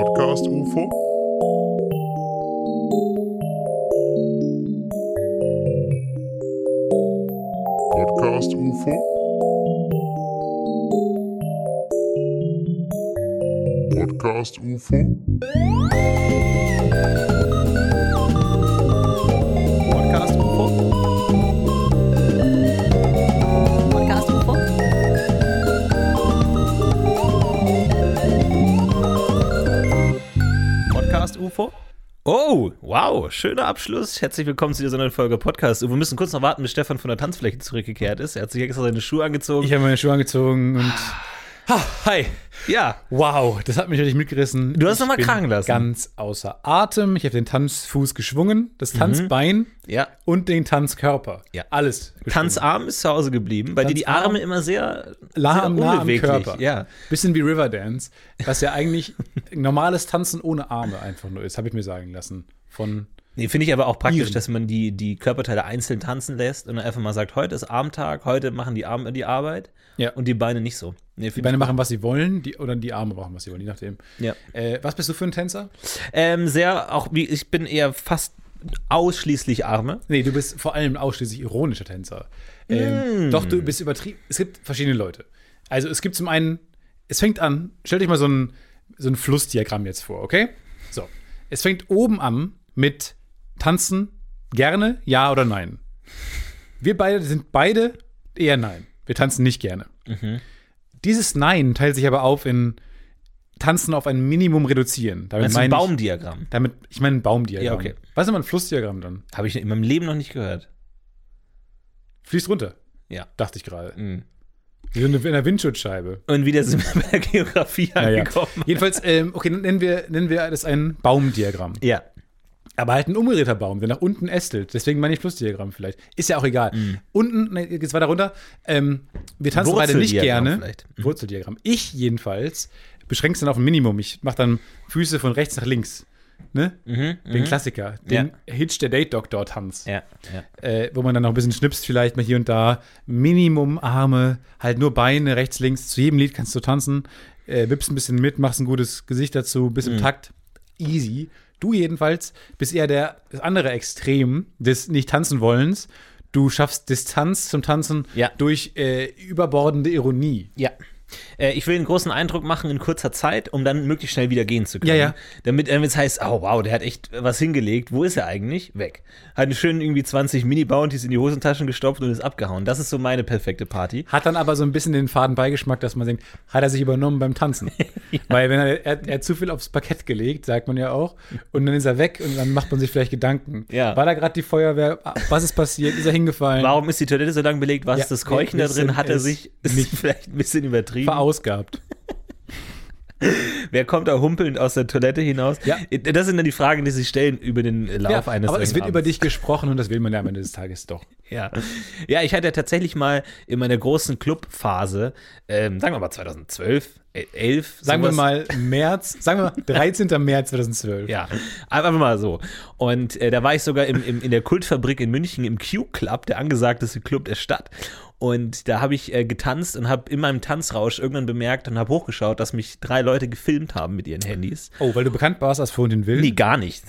Podcast UFO. Podcast UFO. Podcast UFO. Podcast UFO. Podcast UFO. Podcast UFO. Oh, wow, schöner Abschluss. Herzlich willkommen zu dieser neuen Folge Podcast. UFO. Wir müssen kurz noch warten, bis Stefan von der Tanzfläche zurückgekehrt ist. Er hat sich extra seine Schuhe angezogen. Ich habe meine Schuhe angezogen und. Ha, hi! ja, Wow, das hat mich richtig mitgerissen. Du hast Ich noch mal bin krachen lassen. Ganz außer Atem. Ich habe den Tanzfuß geschwungen, das Tanzbein Mhm. ja. und den Tanzkörper. Ja. Alles. geschwungen. Tanzarm ist zu Hause geblieben, bei dir die Tanzarm. Arme immer sehr, Nah sehr am, nah am unbeweglich. Körper. Ja. Bisschen wie Riverdance, was ja eigentlich normales Tanzen ohne Arme einfach nur ist, habe ich mir sagen lassen. Von Nee, finde ich aber auch praktisch, Ihren. dass man die, die Körperteile einzeln tanzen lässt und dann einfach mal sagt, heute ist Armtag, heute machen die Arme die Arbeit Ja. und die Beine nicht so. Nee, die find Beine machen, was sie wollen, die, oder die Arme machen, was sie wollen, je nachdem. ich- ja. Äh, was bist du für ein Tänzer? Ähm, sehr, auch wie, ich bin eher fast ausschließlich Arme. Nee, du bist vor allem ausschließlich ironischer Tänzer. Mm. Ähm, Doch, du bist übertrieben. Es gibt verschiedene Leute. Also es gibt zum einen, es fängt an, stell dich mal so ein, so ein Flussdiagramm jetzt vor, okay? So. Es fängt oben an mit Tanzen, gerne, ja oder nein. Wir beide sind beide eher nein. Wir tanzen nicht gerne. Mhm. Dieses Nein teilt sich aber auf in Tanzen auf ein Minimum reduzieren. Damit Das ist ein meine ich- Baumdiagramm. Damit, ich meine ein Baumdiagramm. Ja, okay. Was ist immer ein Flussdiagramm dann? Habe ich in meinem Leben noch nicht gehört. Fließt runter. Ja. Dachte ich gerade. Mhm. Wie so eine, in der Windschutzscheibe. Und wieder sind wir bei der Geografie Naja. angekommen. Jedenfalls, ähm, okay, dann nennen wir, nennen wir das ein Baumdiagramm. Ja. Aber halt ein umgedrehter Baum, der nach unten ästelt. Deswegen meine ich Flussdiagramm vielleicht. Ist ja auch egal. Mhm. Unten, ne, geht's weiter runter. Ähm, wir tanzen beide nicht Wurzeldiagramm gerne. vielleicht. Mhm. Wurzeldiagramm. Ich jedenfalls beschränke es dann auf ein Minimum. Ich mache dann Füße von rechts nach links. Ne? den Klassiker. Den Hitch der Date Doctor Tanz. Mhm, Ja. ja. äh, wo man dann noch ein bisschen schnipst, vielleicht mal hier und da. Minimum Arme, halt nur Beine, rechts, links. Zu jedem Lied kannst du tanzen, äh, wippst ein bisschen mit, machst ein gutes Gesicht dazu, bist im Takt. Easy. Du jedenfalls bist eher der, das andere Extrem des Nicht-Tanzen-Wollens. Du schaffst Distanz zum Tanzen Ja. durch äh, überbordende Ironie. Ja. Äh, Ich will einen großen Eindruck machen in kurzer Zeit, um dann möglichst schnell wieder gehen zu können. Ja, ja. Damit ähm, es heißt, oh wow, der hat echt was hingelegt. Wo ist er eigentlich? Weg. Hat einen schönen irgendwie 20 Mini-Bounties in die Hosentaschen gestopft und ist abgehauen. Das ist so meine perfekte Party. Hat dann aber so ein bisschen den faden Beigeschmack, dass man denkt, hat er sich übernommen beim Tanzen? Weil wenn er, er, er hat zu viel aufs Parkett gelegt, sagt man ja auch, und dann ist er weg und dann macht man sich vielleicht Gedanken. Ja. War da gerade die Feuerwehr? Was ist passiert? Ist er hingefallen? Warum ist die Toilette so lang belegt? Was Ja, ist das Keuchen da wir drin? wissen Hat er es sich ist nicht. vielleicht ein bisschen übertrieben? Verausgabt. Wer kommt da humpelnd aus der Toilette hinaus? Äh, Ja. Das sind dann die Fragen, die sich stellen über den Lauf Ja, eines aber es wird Abends. über dich gesprochen und das will man ja am Ende des Tages doch. Ja. ja, ich hatte tatsächlich mal in meiner großen Clubphase, ähm, sagen wir mal 2012, äh, 11, Sagen sowas. wir mal März, sagen wir mal 13. März 2012. Ja, einfach mal so. Und äh, da war ich sogar im, im, in der Kultfabrik in München im Q-Club, der angesagteste Club der Stadt. Und da habe ich äh, getanzt und habe in meinem Tanzrausch irgendwann bemerkt und habe hochgeschaut, dass mich drei Leute gefilmt haben mit ihren Handys. Oh, weil du bekannt warst als Vorhin den Willen. Nee, gar nicht.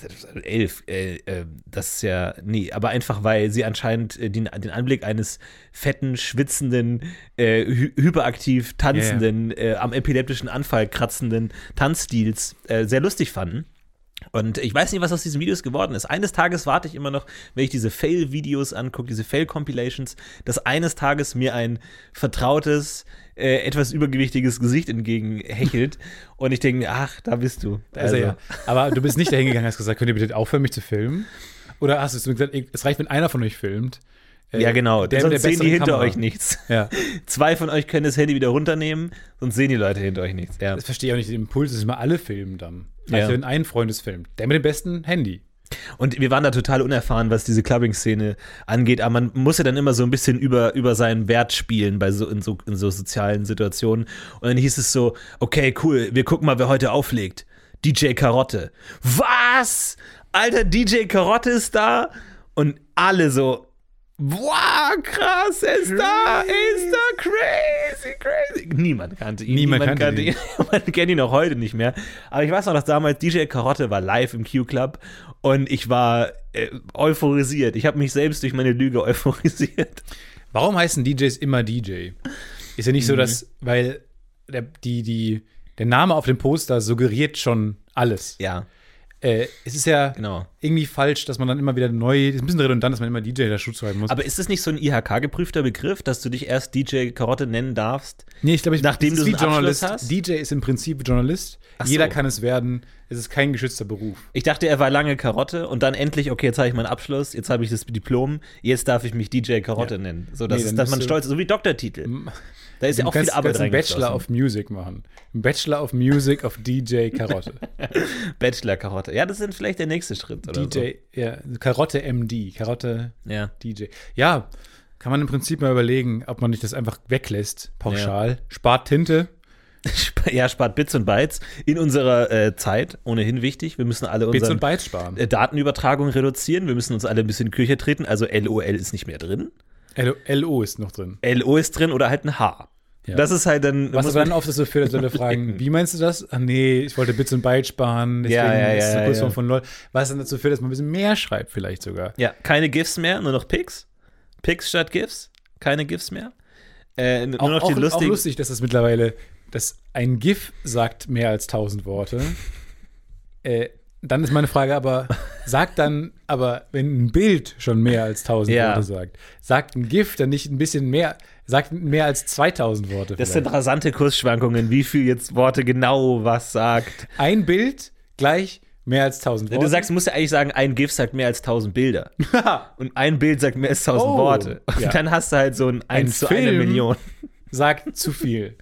Elf. Äh, äh, das ist ja. Nee, aber einfach, weil sie anscheinend äh, den, den Anblick eines fetten, schwitzenden, äh, hy hyperaktiv tanzenden, äh, am epileptischen Anfall kratzenden Tanzstils äh, sehr lustig fanden. Und ich weiß nicht, was aus diesen Videos geworden ist. Eines Tages warte ich immer noch, wenn ich diese Fail-Videos angucke, diese Fail-Compilations, dass eines Tages mir ein vertrautes, äh, etwas übergewichtiges Gesicht entgegenhechelt. Und ich denke mir, ach, da bist du. Also, Da ist er ja. Also, Aber du bist nicht dahin gegangen, hast gesagt, könnt ihr bitte aufhören, mich zu filmen? Oder hast du zu mir gesagt, ey, es reicht, wenn einer von euch filmt? Äh, Ja, genau. Der, mit sonst der sehen die besseren hinter Kamera. euch nichts. Ja. Zwei von euch können das Handy wieder runternehmen, sonst sehen die Leute hinter euch nichts. Ja. Das verstehe ich auch nicht, den Impuls, dass immer alle filmen dann. Ja. Also wenn ein Freund es filmt, der mit dem besten Handy. Und wir waren da total unerfahren, was diese Clubbing-Szene angeht, aber man muss ja dann immer so ein bisschen über, über seinen Wert spielen bei so in, so in so sozialen Situationen. Und dann hieß es so, okay, cool, wir gucken mal, wer heute auflegt. DJ Karotte. Was? Alter, DJ Karotte ist da? Und alle so, Boah, krass, er ist da, er ist da, crazy, crazy. Niemand kannte ihn. Niemand kannte ihn. Man kennt ihn auch heute nicht mehr. Aber ich weiß noch, dass damals DJ Karotte war live im Q-Club und ich war äh, euphorisiert. Ich habe mich selbst durch meine Lüge euphorisiert. Warum heißen DJs immer DJ? Ist ja nicht Mhm. so, dass, weil der, die, die, der Name auf dem Poster suggeriert schon alles. Ja, Äh, es ist ja genau. irgendwie falsch, dass man dann immer wieder neu, ist ein bisschen redundant, dass man immer DJ dazu schreiben muss. Aber ist das nicht so ein IHK-geprüfter Begriff, dass du dich erst DJ Karotte nennen darfst? nee, ich glaube, ich nachdem du das ist wie so einen Journalist. Abschluss hast? DJ ist im Prinzip Journalist. Ach Jeder so. kann es werden. Es ist kein geschützter Beruf. Ich dachte, er war lange Karotte und dann endlich, okay, jetzt habe ich meinen Abschluss, jetzt habe ich das Diplom, jetzt darf ich mich DJ Karotte Ja. nennen. So, dass, Nee, dann dass man bist du- stolz ist, so wie Doktortitel. Da ist ja auch viel Arbeit einen Bachelor reingeflossen. of Music machen. Ein Bachelor of Music auf DJ Karotte. Bachelor Karotte. Ja, das ist vielleicht der nächste Schritt. Oder DJ, ja, Karotte MD, Karotte So. Ja. DJ. Ja, kann man im Prinzip mal überlegen, ob man nicht das einfach weglässt, pauschal. Spart Tinte. Sp- ja, spart Bits und Bytes in unserer äh, Zeit, ohnehin wichtig. Wir müssen alle Bits unsere und Bytes sparen. äh, Datenübertragung reduzieren, wir müssen uns alle ein bisschen in die Küche treten. Also LOL ist nicht mehr drin. LO ist noch drin. LO ist drin oder halt ein H. Ja. Das ist halt dann. Was muss aber man- dann oft dazu führt, dass Leute fragen, wie meinst du das? Ach nee, ich wollte Bits und Bytes sparen, deswegen Ja, ja, ist es ja, eine Kurzform ja. von LOL. Was dann dazu führt, dass man ein bisschen mehr schreibt vielleicht sogar. Ja, keine GIFs mehr, nur noch Pics. Pics statt GIFs, keine GIFs mehr. Äh, nur Auch, noch auch, die auch lustigen. lustig, dass das mittlerweile, dass ein GIF sagt mehr als 1000 Worte. äh, dann ist meine Frage aber, sagt dann, aber wenn ein Bild schon mehr als 1000 Ja. Worte sagt, sagt ein GIF dann nicht ein bisschen mehr, sagt mehr als 2000 Worte das sind vielleicht? rasante Kursschwankungen, wie viel jetzt Worte genau was sagt. Ein Bild gleich mehr als 1000 Worte. Du sagst, du musst ja eigentlich sagen, ein GIF sagt mehr als 1000 Bilder. Und ein Bild sagt mehr als 1000 Oh, Worte. Und ja. dann hast du halt so ein 1 zu einer Film. Million. sagt zu viel,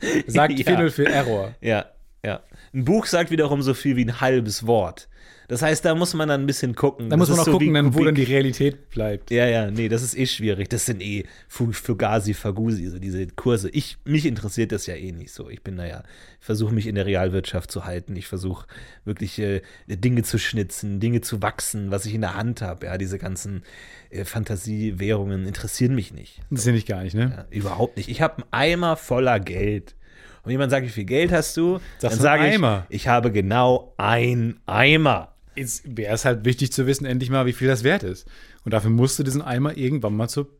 sagt Ja. viel und viel Error. Ja, ja. Ein Buch sagt wiederum so viel wie ein halbes Wort. Das heißt, da muss man dann ein bisschen gucken. Da muss man auch so wie gucken, dann, wo Kubik. dann die Realität bleibt. Ja, ja, nee, das ist eh schwierig. Das sind eh Fu- Fugazi, Fagusi, so diese Kurse. Ich, mich interessiert das ja eh nicht so. Ich bin, naja, ich versuche mich in der Realwirtschaft zu halten. Ich versuche wirklich äh, Dinge zu schnitzen, Dinge zu wachsen, was ich in der Hand habe. Ja, diese ganzen äh, Fantasiewährungen interessieren mich nicht. Das sehe ich gar nicht, ne? Ja, überhaupt nicht. Ich habe einen Eimer voller Geld. Und jemand sagt, wie viel Geld hast du? Sagst dann du sage ich, Eimer? ich habe genau ein Eimer. Jetzt wäre es halt wichtig zu wissen, endlich mal, wie viel das wert ist. Und dafür musst du diesen Eimer irgendwann mal zur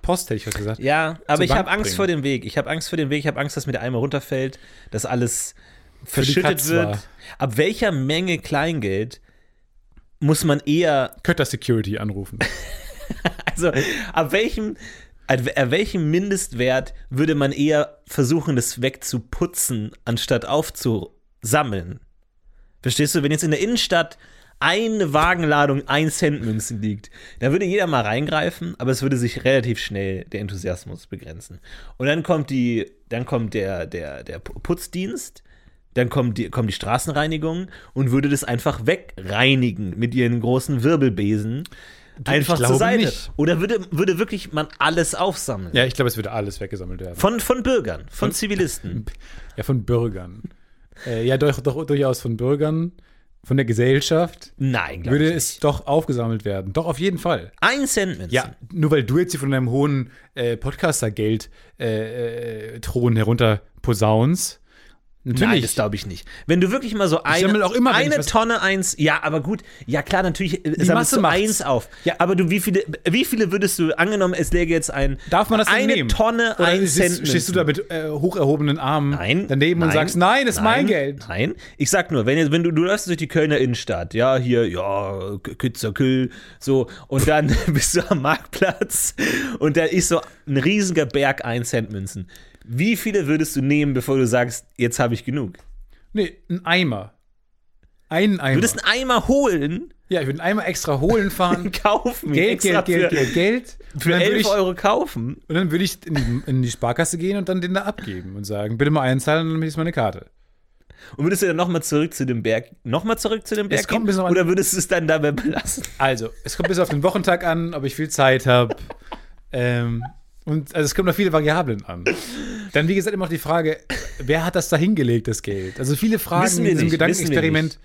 Post, hätte ich fast gesagt. Ja, aber ich Bank habe Angst bringen. vor dem Weg. Ich habe Angst vor dem Weg. Ich habe Angst, dass mir der Eimer runterfällt, dass alles die verschüttet Katz wird. war. Ab welcher Menge Kleingeld muss man eher, Kötter Security anrufen. also ab welchem, ab welchem Mindestwert würde man eher versuchen, das wegzuputzen, anstatt aufzusammeln? Verstehst du, wenn jetzt in der Innenstadt eine Wagenladung 1 Cent Münzen liegt, dann würde jeder mal reingreifen, aber es würde sich relativ schnell der Enthusiasmus begrenzen. Und dann kommt die, dann kommt der, der, der Putzdienst, dann kommt die, kommt die Straßenreinigung und würde das einfach wegreinigen mit ihren großen Wirbelbesen. Einfach zur glaube Seite. nicht. Oder würde, würde wirklich man alles aufsammeln? ja, ich glaube, es würde alles weggesammelt werden. Von, von Bürgern, von Zivilisten. Ja, von Bürgern. Äh, ja, doch, doch durchaus von Bürgern, von der Gesellschaft. Nein, glaube Würde ich es nicht. doch aufgesammelt werden. Doch, auf jeden Fall. Ein Cent Münzen. Ja, nur weil du jetzt hier von deinem hohen äh, Podcaster-Geld-Thron herunter posaunst. Natürlich. Nein, das glaube ich nicht. Wenn du wirklich mal so sammel eine, auch immer, wenn ich eine was- Tonne eins, ja, aber gut, ja klar, natürlich äh, Masse sammelst du macht's. eins auf. Ja, aber du, wie viele, wie viele würdest du angenommen, es läge jetzt ein, Darf man das denn eine nehmen? Tonne Oder ein stehst, Cent? stehst du da Münzen? mit äh, hoch erhobenen Armen Nein, daneben nein, und sagst, nein, das ist mein nein, Geld. Nein, ich sag nur, wenn, jetzt- wenn du, du läufst durch die Kölner Innenstadt, ja, hier, ja, K- Kitzer Kühl, so, und dann bist du am Marktplatz und da ist so ein riesiger Berg 1 Cent Münzen. Wie viele würdest du nehmen, bevor du sagst, jetzt habe ich genug? Nee, ein Eimer. Einen Eimer. Du würdest einen Eimer holen, ja, ich würde einen Eimer extra holen fahren. kaufen. Geld, extra Geld, Geld, für, Geld, Geld. Für und dann würde 11 ich, Euro kaufen. und dann würde ich in, die, in die Sparkasse gehen und dann den da abgeben und sagen, bitte mal einzahlen, dann ist meine Karte. Und würdest du dann nochmal zurück zu dem Berg, nochmal zurück zu dem Berg kommt ein gehen? bisschen auf an- Oder würdest du es dann dabei belassen? Also, es kommt bis auf den Wochentag an, ob ich viel Zeit habe. ähm, und also es kommen noch viele Variablen an. Dann, wie gesagt, immer noch die Frage, wer hat das da hingelegt, das Geld? Also viele Fragen Wissen wir in diesem nicht, wissen wir Gedankenexperiment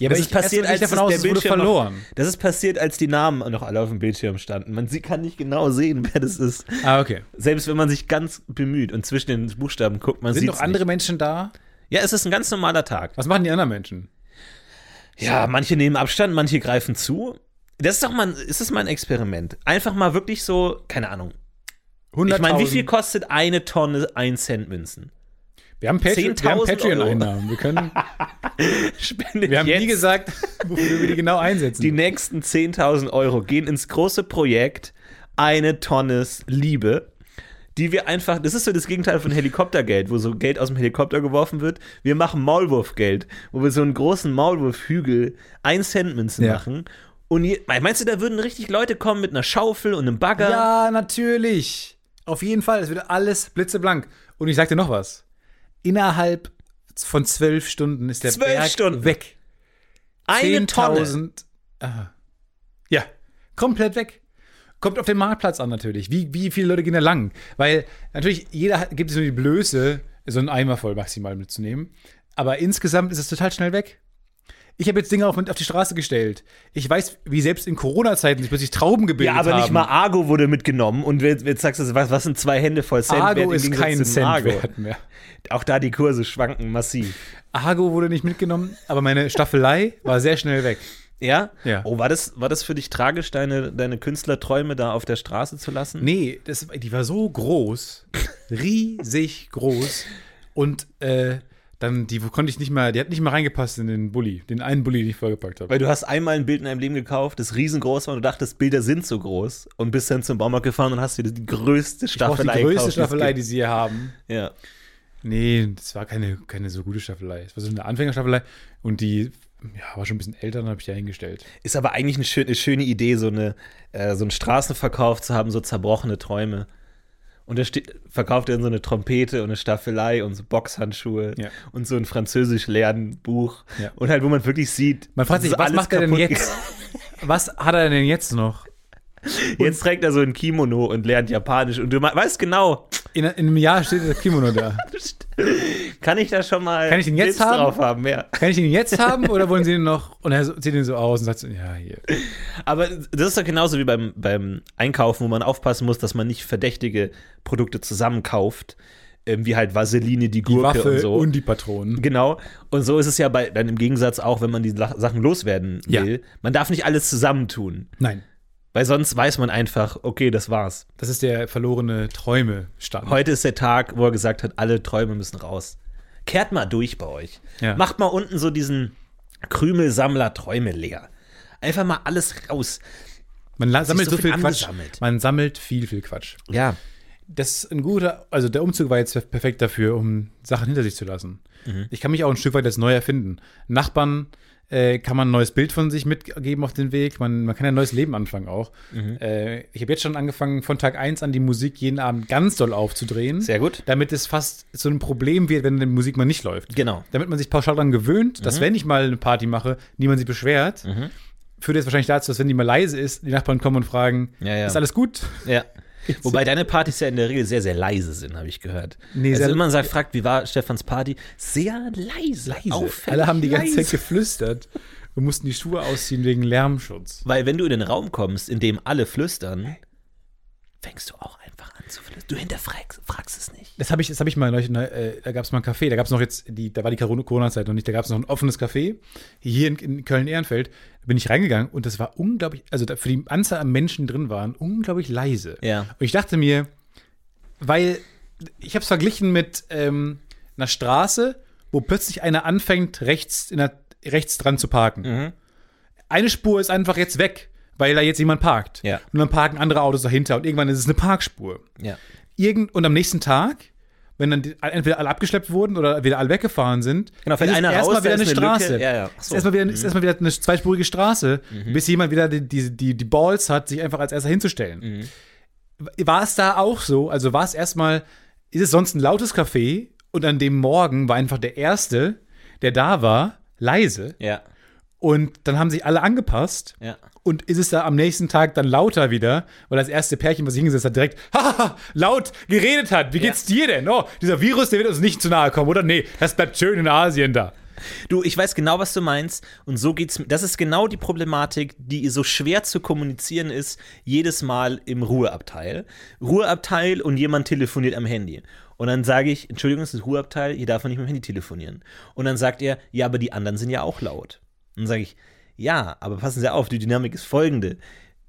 Ja, das ist passiert, erstmal gehe als ich davon aus, der es wurde Bildschirm verloren. Noch, das ist passiert, als die Namen noch alle auf dem Bildschirm standen. Man sie kann nicht genau sehen, wer das ist. Ah, okay. Selbst wenn man sich ganz bemüht und zwischen den Buchstaben guckt, man Sind sieht noch andere Menschen da? Ja, es ist ein ganz normaler Tag. Was machen die anderen Menschen? Ja, manche nehmen Abstand, manche greifen zu. Das ist doch mal, ein- ist das mal ein Experiment. Einfach mal wirklich so, keine Ahnung. Ich meine, wie viel 100.000. kostet eine Tonne 1 Cent Münzen? Wir haben Patreon- wir haben 10.000 Euro. Patreon-Einnahmen. Wir, können, Spende wir haben jetzt. nie gesagt, wofür wir die genau einsetzen. die nächsten 10.000 Euro gehen ins große Projekt eine Tonne Liebe, die wir einfach, das ist so das Gegenteil von Helikoptergeld, wo so Geld aus dem Helikopter geworfen wird. Wir machen Maulwurfgeld, wo wir so einen großen Maulwurfhügel 1 Cent Münzen Ja. machen. Und je, meinst du, da würden richtig Leute kommen mit einer Schaufel und einem Bagger? Ja, natürlich. Auf jeden Fall. Es wird alles blitzeblank. Und ich sag dir noch was. Innerhalb von zwölf Stunden ist der Zwölf Berg Stunden. weg. eine Tonne. 10.000. Aha. Ja, komplett weg. Kommt auf den Marktplatz an natürlich. Wie, wie viele Leute gehen da lang? Weil natürlich jeder hat- gibt es nur die Blöße, so einen Eimer voll maximal mitzunehmen. Aber insgesamt ist es total schnell weg. Ich habe jetzt Dinge auf, auf die Straße gestellt. Ich weiß, wie selbst in Corona-Zeiten sich plötzlich Trauben gebildet Ja, haben. aber nicht mal Argo wurde mitgenommen. Und jetzt jetzt sagst du, was, was sind zwei Hände voll Cent wert Argo im ist Gegensatz kein zum Cent Argo? wert mehr. Auch da die Kurse schwanken massiv. Argo wurde nicht mitgenommen, aber meine Staffelei war sehr schnell weg. Ja? Ja. Oh, war das, war das für dich tragisch, deine, deine Künstlerträume da auf der Straße zu lassen? Nee, das, die war so groß, riesig groß. Und äh, dann, die konnte ich nicht mal, die hat nicht mal reingepasst in den Bulli, den einen Bulli, den ich vollgepackt habe. Weil du hast einmal ein Bild in deinem Leben gekauft, das riesengroß war und du dachtest, Bilder sind so groß und bist dann zum Baumarkt gefahren und hast dir die größte Ich brauch die Staffelei größte gekauft, die es Staffelei, gibt. die sie hier haben. Ja. Nee, das war keine, keine so gute Staffelei. Das war so eine Anfängerstaffelei und die ja, war schon ein bisschen älter, dann habe ich die hingestellt. Ist aber eigentlich eine schöne, schöne Idee, so, eine, äh, so einen Straßenverkauf zu haben, so zerbrochene Träume. Und da steht, verkauft er dann so eine Trompete und eine Staffelei und so Boxhandschuhe Ja. und so ein französisch Lernbuch. Ja. Und halt, wo man wirklich sieht, Man fragt es sich, ist was alles macht er denn kaputt jetzt? Was hat er denn jetzt noch? Jetzt trägt er so ein Kimono und lernt Japanisch und du ma- weißt genau, In, in einem Jahr steht der Kimono da. kann ich da schon mal Kann ich den jetzt Tipps haben? drauf haben, ja. Kann ich ihn jetzt haben oder wollen sie ihn noch? Und er so- zieht ihn so aus und sagt so, ja, hier. Aber das ist doch genauso wie beim, beim Einkaufen, wo man aufpassen muss, dass man nicht verdächtige Produkte zusammenkauft, ähm, wie halt Vaseline, die Die Gurke Waffe und so. und die Patronen. genau. Und so ist es ja bei, dann im Gegensatz auch, wenn man die La- Sachen loswerden Ja. will. Man darf nicht alles zusammentun, Nein, weil sonst weiß man einfach, okay, das war's. das ist der verlorene Träume-Stand. Heute ist der Tag, wo er gesagt hat, alle Träume müssen raus. Kehrt mal durch bei euch. Ja. Macht mal unten so diesen Krümelsammler Träume leer. Einfach mal alles raus. Man la- sammelt so so viel viel Quatsch. angesammelt. Man sammelt viel, viel Quatsch. Ja. Das ist ein guter, also der Umzug war jetzt perfekt dafür, um Sachen hinter sich zu lassen. Mhm. Ich kann mich auch ein Stück weit als neu erfinden. Nachbarn äh, kann man ein neues Bild von sich mitgeben auf den Weg. Man, man kann ein neues Leben anfangen auch. Mhm. Äh, ich habe jetzt schon angefangen, von Tag 1 an die Musik jeden Abend ganz doll aufzudrehen. Sehr gut. Damit es fast zu einem Problem wird, wenn die Musik mal nicht läuft. Genau. damit man sich pauschal daran gewöhnt, Mhm. dass wenn ich mal eine Party mache, niemand sich beschwert, führt jetzt wahrscheinlich dazu, dass wenn die mal leise ist, die Nachbarn kommen und fragen, Ja, ja. ist alles gut? Ja. Wobei deine Partys ja in der Regel sehr, sehr leise sind, habe ich gehört. Nee, also sehr- wenn man sagt, fragt, wie war Stefans Party? Sehr leise. Auffällig Alle haben die ganze leise. Zeit geflüstert und mussten die Schuhe ausziehen wegen Lärmschutz. Weil wenn du in den Raum kommst, in dem alle flüstern, fängst du auch einfach an zu flüstern. Du hinterfragst fragst es nicht. Das habe ich, das hab ich mal neulich, äh, da gab es mal ein Café, da gab es noch jetzt, die, da war die Corona- Corona-Zeit noch nicht, da gab es noch ein offenes Café, hier in, in Köln-Ehrenfeld, da bin ich reingegangen und das war unglaublich, also da, für die Anzahl an Menschen die drin waren, unglaublich leise. Ja. Und ich dachte mir, weil ich habe es verglichen mit ähm, einer Straße, wo plötzlich einer anfängt, rechts, in der, rechts dran zu parken. Mhm. Eine Spur ist einfach jetzt weg, weil da jetzt jemand parkt. Ja. Und dann parken andere Autos dahinter und irgendwann ist es eine Parkspur Ja. irgend und am nächsten Tag, wenn dann die, entweder alle abgeschleppt wurden oder wieder alle weggefahren sind, Genau, fällt ist es einer raus, erstmal wieder da eine ist eine Lücke. Straße. Ja, ja. Ach Ist so. Mhm. erstmal wieder, ist erstmal wieder eine zweispurige Straße, bis jemand wieder die, die, die, die Balls hat, sich einfach als erster Mhm. hinzustellen. War es da auch so? Also war es erstmal, ist es sonst ein lautes Café und an dem Morgen war einfach der Erste, der da war, leise Ja. und dann haben sich alle angepasst Ja. und ist es da am nächsten Tag dann lauter wieder, weil das erste Pärchen, was sich hingesetzt hat, direkt haha, laut geredet hat. Wie geht's dir denn? Oh, dieser Virus, der wird uns nicht zu nahe kommen, oder? Nee, das bleibt schön in Asien da. Du, ich weiß genau, was du meinst. Und so geht's. mir- Das ist genau die Problematik, die so schwer zu kommunizieren ist, jedes Mal im Ruheabteil. Ruheabteil und jemand telefoniert am Handy. Und dann sage ich, Entschuldigung, es ist Ruheabteil, hier darf man nicht mit dem Handy telefonieren. Und dann sagt er, ja, aber die anderen sind ja auch laut. Und dann sage ich, ja, aber passen Sie auf, die Dynamik ist folgende.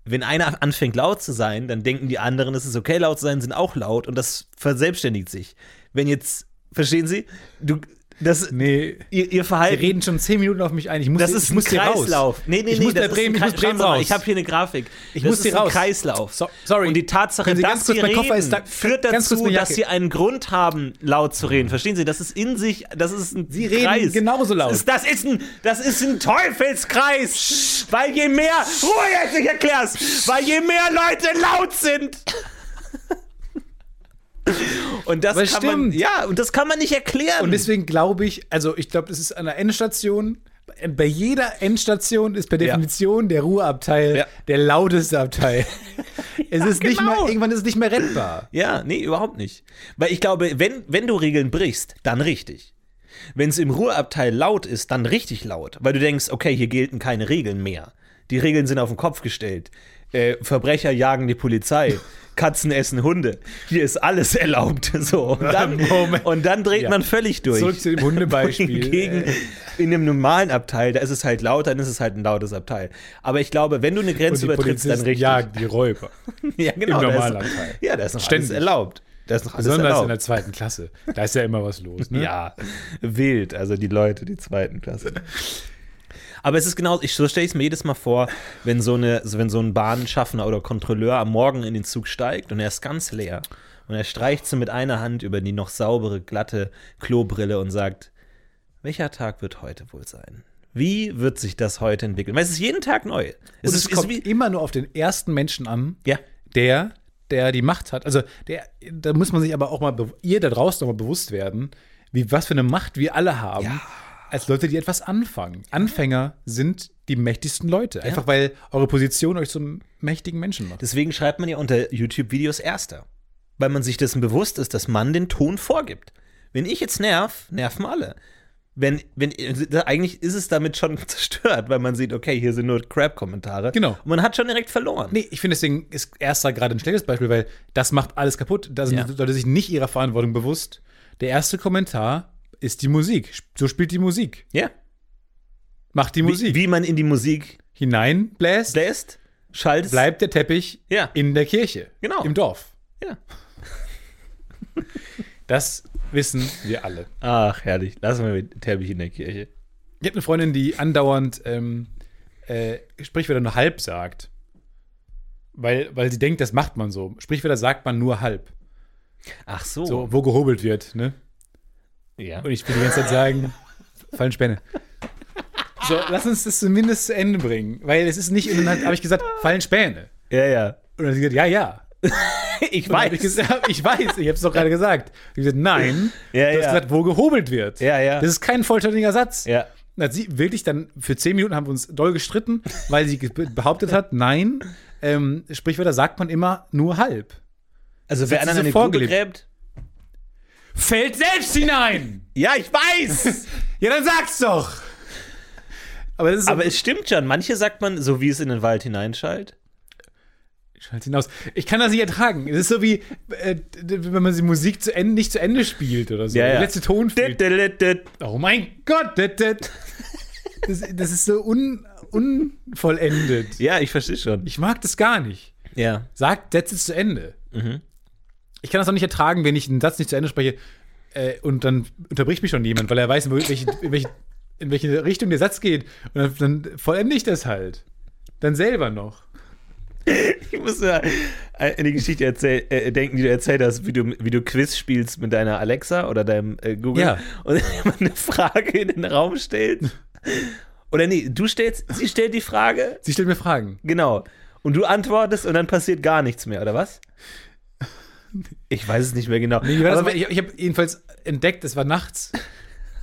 Wenn einer anfängt laut zu sein, dann denken die anderen, es ist okay laut zu sein, sind auch laut und das verselbstständigt sich. Wenn jetzt, verstehen Sie, du, das, Nee. ihr, ihr Wir Verhalten. reden schon zehn Minuten auf mich ein. Ich muss, das ist ich muss ein hier Kreislauf. Raus. Nee, nee, ich nee, muss das nach Bremen, ist ich ein muss Bremen Schau mal, raus. Ich habe hier eine Grafik. Ich muss ist hier ein raus. Kreislauf. So- sorry. Und die Tatsache, Können Sie dass ganz kurz- sie mein Koffer reden, ist da- führt ganz kurz dazu, meine dass Jacke. sie einen Grund haben, laut zu reden. Verstehen Sie? Das ist in sich, das ist ein Sie reden Kreis. genauso laut. Das ist, das ist ein, das ist ein Teufelskreis. Weil je mehr, Ruhe jetzt, ich erklär's. Weil je mehr Leute laut sind. Und das, Das kann man, stimmt. ja, und das kann man nicht erklären. Und deswegen glaube ich, also ich glaube, das ist an der Endstation. Bei jeder Endstation ist per Definition der Ruheabteil Ja. der lauteste Abteil. es ist nicht genau. mehr, irgendwann ist es nicht mehr rettbar. Ja, nee, überhaupt nicht. Weil ich glaube, wenn, wenn du Regeln brichst, dann richtig. Wenn es im Ruheabteil laut ist, dann richtig laut. Weil du denkst, okay, hier gelten keine Regeln mehr. Die Regeln sind auf den Kopf gestellt. Äh, Verbrecher jagen die Polizei. Katzen essen Hunde. Hier ist alles erlaubt. So. Und dann, Moment. und dann dreht Ja. man völlig durch. Zurück zu dem äh. Hundebeispiel. Hingegen in einem normalen Abteil, da ist es halt laut, dann ist es halt ein lautes Abteil. Aber ich glaube, wenn du eine und Grenze die übertrittst, dann Polizisten richtig. jagen die Räuber. Ja, genau. Im da ist- normalen Abteil. Ja, da ist noch Ständig. alles erlaubt. Da ist noch alles Besonders in der erlaubt. zweiten Klasse. Da ist ja immer was los. Ne? ja, wild, also die Leute, die zweiten Klasse. Aber es ist genau, ich, so stelle ich es mir jedes Mal vor, wenn so, eine, so- wenn so ein Bahnschaffner oder Kontrolleur am Morgen in den Zug steigt und er ist ganz leer und er streicht so mit einer Hand über die noch saubere, glatte Klobrille und sagt, welcher Tag wird heute wohl sein? Wie wird sich das heute entwickeln? Weil es ist jeden Tag neu. Und Es ist, es ist kommt wie, immer nur auf den ersten Menschen an, ja, der, der die Macht hat. Also der, da muss man sich aber auch mal, be- ihr da draußen nochmal bewusst werden, wie, was für eine Macht wir alle haben, als Leute, die etwas anfangen. Anfänger sind die mächtigsten Leute. Einfach weil eure Position euch zum mächtigen Menschen macht. Deswegen schreibt man ja unter YouTube-Videos Erster. Weil man sich dessen bewusst ist, dass man den Ton vorgibt. Wenn ich jetzt nerv, nerven alle. Wenn, wenn, äh, eigentlich ist es damit schon zerstört, weil man sieht, okay, hier sind nur Crap-Kommentare. Genau. Und man hat schon direkt verloren. Nee, ich finde deswegen ist Erster gerade ein schlechtes Beispiel, weil das macht alles kaputt. Da sind Ja. die Leute sich nicht ihrer Verantwortung bewusst. Der erste Kommentar ist die Musik. So spielt die Musik. Ja. Macht die Wie, Musik. wie man in die Musik Hineinbläst, bläst, schaltet. bleibt der Teppich Ja. in der Kirche. Genau. Im Dorf. Ja. Das wissen wir alle. Ach, herrlich. Lassen wir mit Teppich in der Kirche. Ich habe eine Freundin, die andauernd ähm, äh, Sprichwörter nur halb sagt. Weil, weil sie denkt, das macht man so. Sprichwörter sagt man nur halb. Ach so. So, wo gehobelt wird, ne? Ja. Und ich will die ganze Zeit sagen, fallen Späne. So, lass uns das zumindest zu Ende bringen. Weil es ist nicht, und dann habe ich gesagt, fallen Späne. ja, ja. Und dann hat sie gesagt, ja, ja. Ich Dann hab Ich, gesagt, ich weiß, ich habe es doch gerade gesagt. Ich gesagt, nein. Ja, du hast ja. gesagt, wo gehobelt wird. Ja, ja. Das ist kein vollständiger Satz. Ja. Dann hat sie wirklich dann, für zehn Minuten haben wir uns doll gestritten, weil sie ge- behauptet hat, nein, ähm, Sprichwörter sagt man immer nur halb. Also, wer hat sie anderen so eine Grube vorgelebt. gräbt. Fällt selbst hinein! Ja, ich weiß! Ja, dann sag's doch! Aber das ist Aber es stimmt schon. Manche sagt man, so wie es in den Wald hineinschallt. Schalt hinaus. Ich kann das nicht ertragen. Es ist so wie, äh, d- d- wenn man die Musik zu Ende, nicht zu Ende spielt oder so. Ja, ja. Der letzte Ton fehlt. Dit, dit, dit, dit. Oh mein Gott! dit, dit. Das, das ist so un, unvollendet. Ja, ich verstehe schon. Ich mag das gar nicht. Ja. Sagt Sätze zu Ende. Mhm. Ich kann das auch nicht ertragen, wenn ich einen Satz nicht zu Ende spreche äh, und dann unterbricht mich schon jemand, weil er weiß, in welche, in welche, in welche Richtung der Satz geht. Und dann, dann vollende ich das halt. Dann selber noch. Ich muss ja an die Geschichte erzähl äh, denken, die du erzählt hast, wie du, wie du Quiz spielst mit deiner Alexa oder deinem äh, Google Ja. und jemand eine Frage in den Raum stellt. Oder nee, du stellst, sie stellt die Frage, Sie stellt mir Fragen. genau. Und du antwortest und dann passiert gar nichts mehr, oder was? Ich weiß es nicht mehr genau. Wie war das? Aber Also ich ich habe jedenfalls entdeckt, es war nachts